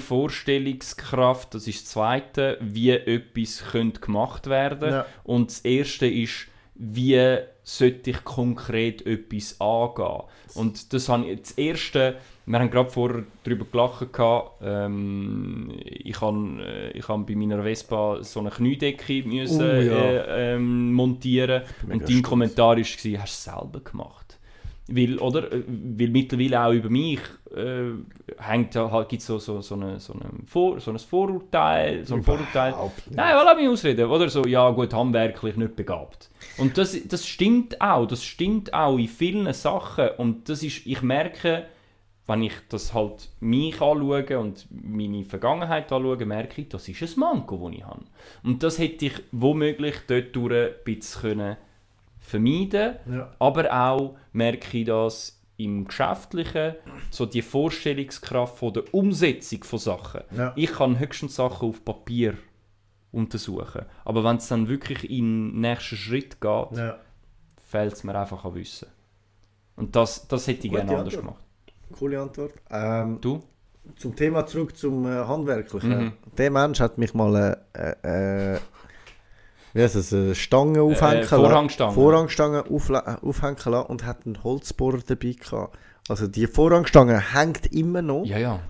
Speaker 1: Vorstellungskraft, das ist das Zweite, wie etwas könnte gemacht werden
Speaker 2: Ja.
Speaker 1: und das Erste ist, wie sollte ich konkret etwas angehen. Und das habe ich, das Erste, wir haben gerade vorher darüber gelacht, gehabt, ähm, ich habe äh, ich habe bei meiner Vespa so eine Kniedecke müssen,
Speaker 2: Oh, ja.
Speaker 1: äh, ähm, montieren
Speaker 2: bin
Speaker 1: und
Speaker 2: mega
Speaker 1: dein
Speaker 2: stolz.
Speaker 1: Kommentar war, hast du es selber gemacht. Weil, oder? Äh, Weil mittlerweile auch über mich äh, hängt da halt, gibt es so, so, so, eine, so, eine Vor, so ein Vorurteil, so ein Vorurteil.
Speaker 2: Überhaupt nicht.
Speaker 1: Nein, aber lass mich ausreden, oder? So, ja gut, handwerklich nicht begabt. Und das, das stimmt auch, das stimmt auch in vielen Sachen und das ist, ich merke, wenn ich das halt mich anschaue und meine Vergangenheit anschaue, merke ich, das ist ein Manko, das ich habe. Und das hätte ich womöglich dort durch ein bisschen können vermeiden
Speaker 2: Ja.
Speaker 1: aber auch merke ich das im Geschäftlichen, so die Vorstellungskraft von der Umsetzung von Sachen.
Speaker 2: Ja.
Speaker 1: Ich kann höchstens Sachen auf Papier untersuchen, aber wenn es dann wirklich in den nächsten Schritt geht,
Speaker 2: Ja.
Speaker 1: fehlt es mir einfach an Wissen. Und das, das hätte ich
Speaker 2: Gute
Speaker 1: gerne anders
Speaker 2: Antwort.
Speaker 1: gemacht.
Speaker 2: Coole Antwort. Ähm,
Speaker 1: Du?
Speaker 2: zum Thema zurück zum äh, Handwerklichen.
Speaker 1: Mhm.
Speaker 2: Der Mensch hat mich mal äh, äh, wie heißt das, eine
Speaker 1: Äh,
Speaker 2: Stange aufhängen lassen.
Speaker 1: Vorhangstange.
Speaker 2: Vorhangstange aufla- aufhängen lassen und hat einen Holzbohrer dabei gehabt. Also die Vorhangstange hängt immer noch,
Speaker 1: Ja, ja.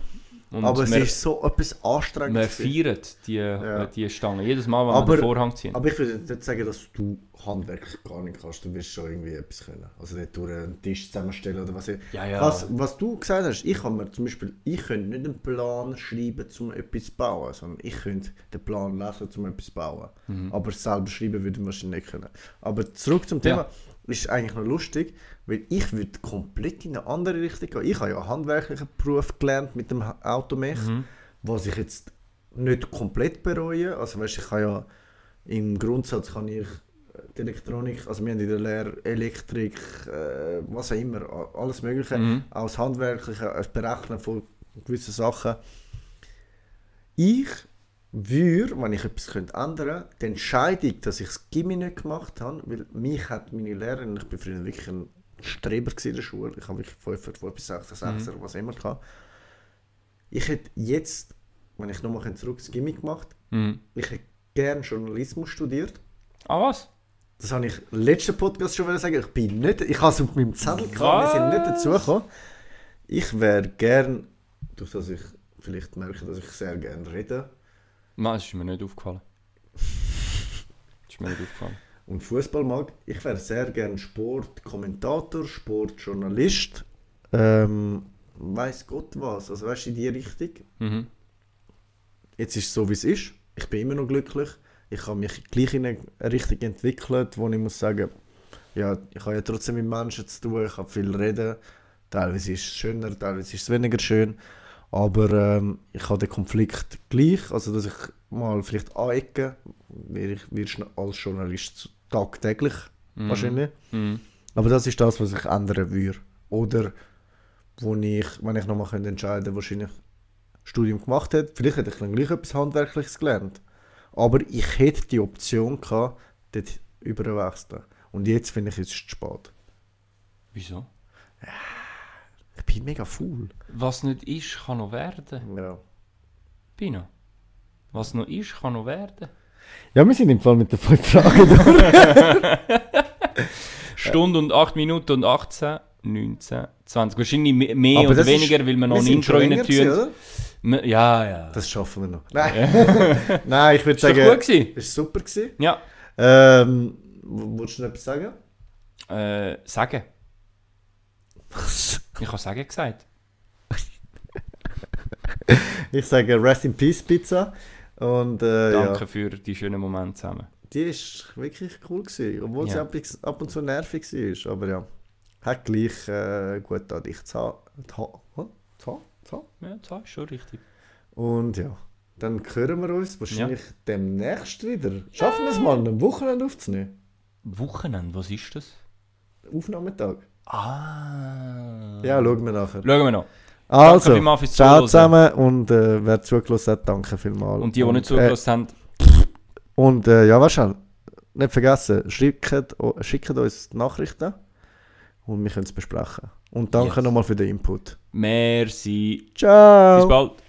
Speaker 1: Und
Speaker 2: aber es
Speaker 1: wir,
Speaker 2: ist so etwas anstrengend.
Speaker 1: wir
Speaker 2: gewesen.
Speaker 1: feiern die, äh, die Stange. Jedes Mal, wenn
Speaker 2: Aber-
Speaker 1: wir den Vorhang ziehen.
Speaker 2: Aber ich würde nicht sagen, dass du handwerklich gar nicht kannst. Du wirst schon irgendwie etwas können. Also nicht durch einen Tisch zusammenstellen oder was. ich-
Speaker 1: Ja, ja.
Speaker 2: Was, was du gesagt hast, ich kann mir zum Beispiel, ich könnte nicht einen Plan schreiben, um etwas zu bauen, sondern ich könnte den Plan lesen, um etwas zu bauen.
Speaker 1: Mhm.
Speaker 2: Aber selber schreiben würde ich wahrscheinlich nicht können. Aber zurück zum Thema.
Speaker 1: Ja.
Speaker 2: Ist eigentlich noch lustig, weil ich würde komplett in eine andere Richtung gehen. Ich habe ja einen handwerklichen Beruf gelernt mit dem Ha- Automech,
Speaker 1: Mhm.
Speaker 2: was ich jetzt nicht komplett bereue. Also weißt, ich kann ja im Grundsatz kann ich die Elektronik, also wir haben in der Lehre Elektrik, äh, was auch immer, a- alles Mögliche, auch aus Handwerkliche, als Berechnen von gewissen Sachen. Ich würde, wenn ich etwas könnte ändern könnte, die Entscheidung, dass ich das Gimmi nicht gemacht habe, weil mich hat meine Lehrerin, ich bin früher wirklich ein Streber gewesen in der Schule, ich habe wirklich 5, 2 bis 6, 6 was immer gehabt. Ich hätte jetzt, wenn ich nochmal zurück das Gimmi gemacht,
Speaker 1: Mhm.
Speaker 2: ich hätte gerne Journalismus studiert.
Speaker 1: Ah, was?
Speaker 2: Das habe ich im letzten Podcast schon wollen sagen. Ich bin nicht, ich habe es auf meinem Zettel gehabt, wir sind nicht
Speaker 1: Was?
Speaker 2: dazu gekommen. Ich wäre gern, durch das ich vielleicht merke, dass ich sehr gerne rede
Speaker 1: Nein, das ist mir nicht aufgefallen. Das ist mir nicht aufgefallen.
Speaker 2: und Fußball mag, ich wäre sehr gern Sportkommentator, Sportjournalist, ähm, weiß Gott was, also weißt du, in die Richtung.
Speaker 1: Mhm.
Speaker 2: Jetzt ist es so, wie es ist. Ich bin immer noch glücklich. Ich habe mich gleich in eine Richtung entwickelt, wo ich muss sagen, ja, ich habe ja trotzdem mit Menschen zu tun, ich habe viel reden. Teilweise ist es schöner, teilweise ist es weniger schön. Aber ähm, ich habe den Konflikt gleich, also dass ich mal vielleicht anecke, werde ich wirst du als Journalist tagtäglich wahrscheinlich.
Speaker 1: Mhm.
Speaker 2: Aber das ist das, was ich ändern würde. Oder wo ich, wenn ich nochmal entscheiden könnte, wahrscheinlich Studium gemacht hätte. Vielleicht hätte ich dann gleich etwas Handwerkliches gelernt. Aber ich hätte die Option gehabt, dort überwechseln. Und jetzt finde ich, es ist zu spät.
Speaker 1: Wieso?
Speaker 2: Ich bin mega faul.
Speaker 1: Was nicht ist, kann noch werden.
Speaker 2: Ja.
Speaker 1: Pino. Was noch ist, kann noch werden.
Speaker 2: ja, wir sind im Fall mit den fünf Fragen da.
Speaker 1: Stunde und 8 Minuten und 18, 19, 20. Wahrscheinlich me- mehr
Speaker 2: Aber
Speaker 1: oder
Speaker 2: das ist-
Speaker 1: weniger, weil wir noch
Speaker 2: wir
Speaker 1: ein
Speaker 2: sind
Speaker 1: Intro
Speaker 2: schon länger
Speaker 1: rein
Speaker 2: gewesen,
Speaker 1: tun.
Speaker 2: oder?
Speaker 1: Wir- Ja, ja.
Speaker 2: Das schaffen wir noch. Nein, Nein ich würde
Speaker 1: war
Speaker 2: sagen,
Speaker 1: doch gut gewesen.
Speaker 2: ist super gewesen.
Speaker 1: Ja.
Speaker 2: Ähm, w- Wolltest du noch etwas sagen?
Speaker 1: Äh, sagen. Ich habe sagen gesagt.
Speaker 2: Ich sage Rest in Peace Pizza. Und äh,
Speaker 1: Danke
Speaker 2: ja,
Speaker 1: für die schönen Momente zusammen.
Speaker 2: die ist wirklich cool gewesen, obwohl sie
Speaker 1: Ja.
Speaker 2: ab, ab und zu nervig war. Aber ja, hat gleich äh, gut an dich zu haben- zu haben. hä? Zu haben? Zu haben.
Speaker 1: Ja, das ist schon richtig.
Speaker 2: Und ja, dann hören wir uns wahrscheinlich demnächst wieder. Schaffen wir es mal, einen Wochenende aufzunehmen?
Speaker 1: Wochenende, was ist das?
Speaker 2: Aufnahmetag.
Speaker 1: Ah.
Speaker 2: Ja, schauen wir nachher.
Speaker 1: Schauen wir noch.
Speaker 2: Also,
Speaker 1: vielmals fürs
Speaker 2: ciao
Speaker 1: Zuhören.
Speaker 2: zusammen und äh, wer zugelassen hat, danke vielmals.
Speaker 1: Und die, die nicht
Speaker 2: äh,
Speaker 1: zugelassen haben,
Speaker 2: Und äh, ja, weißt du, auch, nicht vergessen, schickt, o- schickt uns die Nachrichten und wir können es besprechen. Und danke
Speaker 1: Yes.
Speaker 2: nochmal für den Input.
Speaker 1: merci.
Speaker 2: Ciao!
Speaker 1: Bis bald.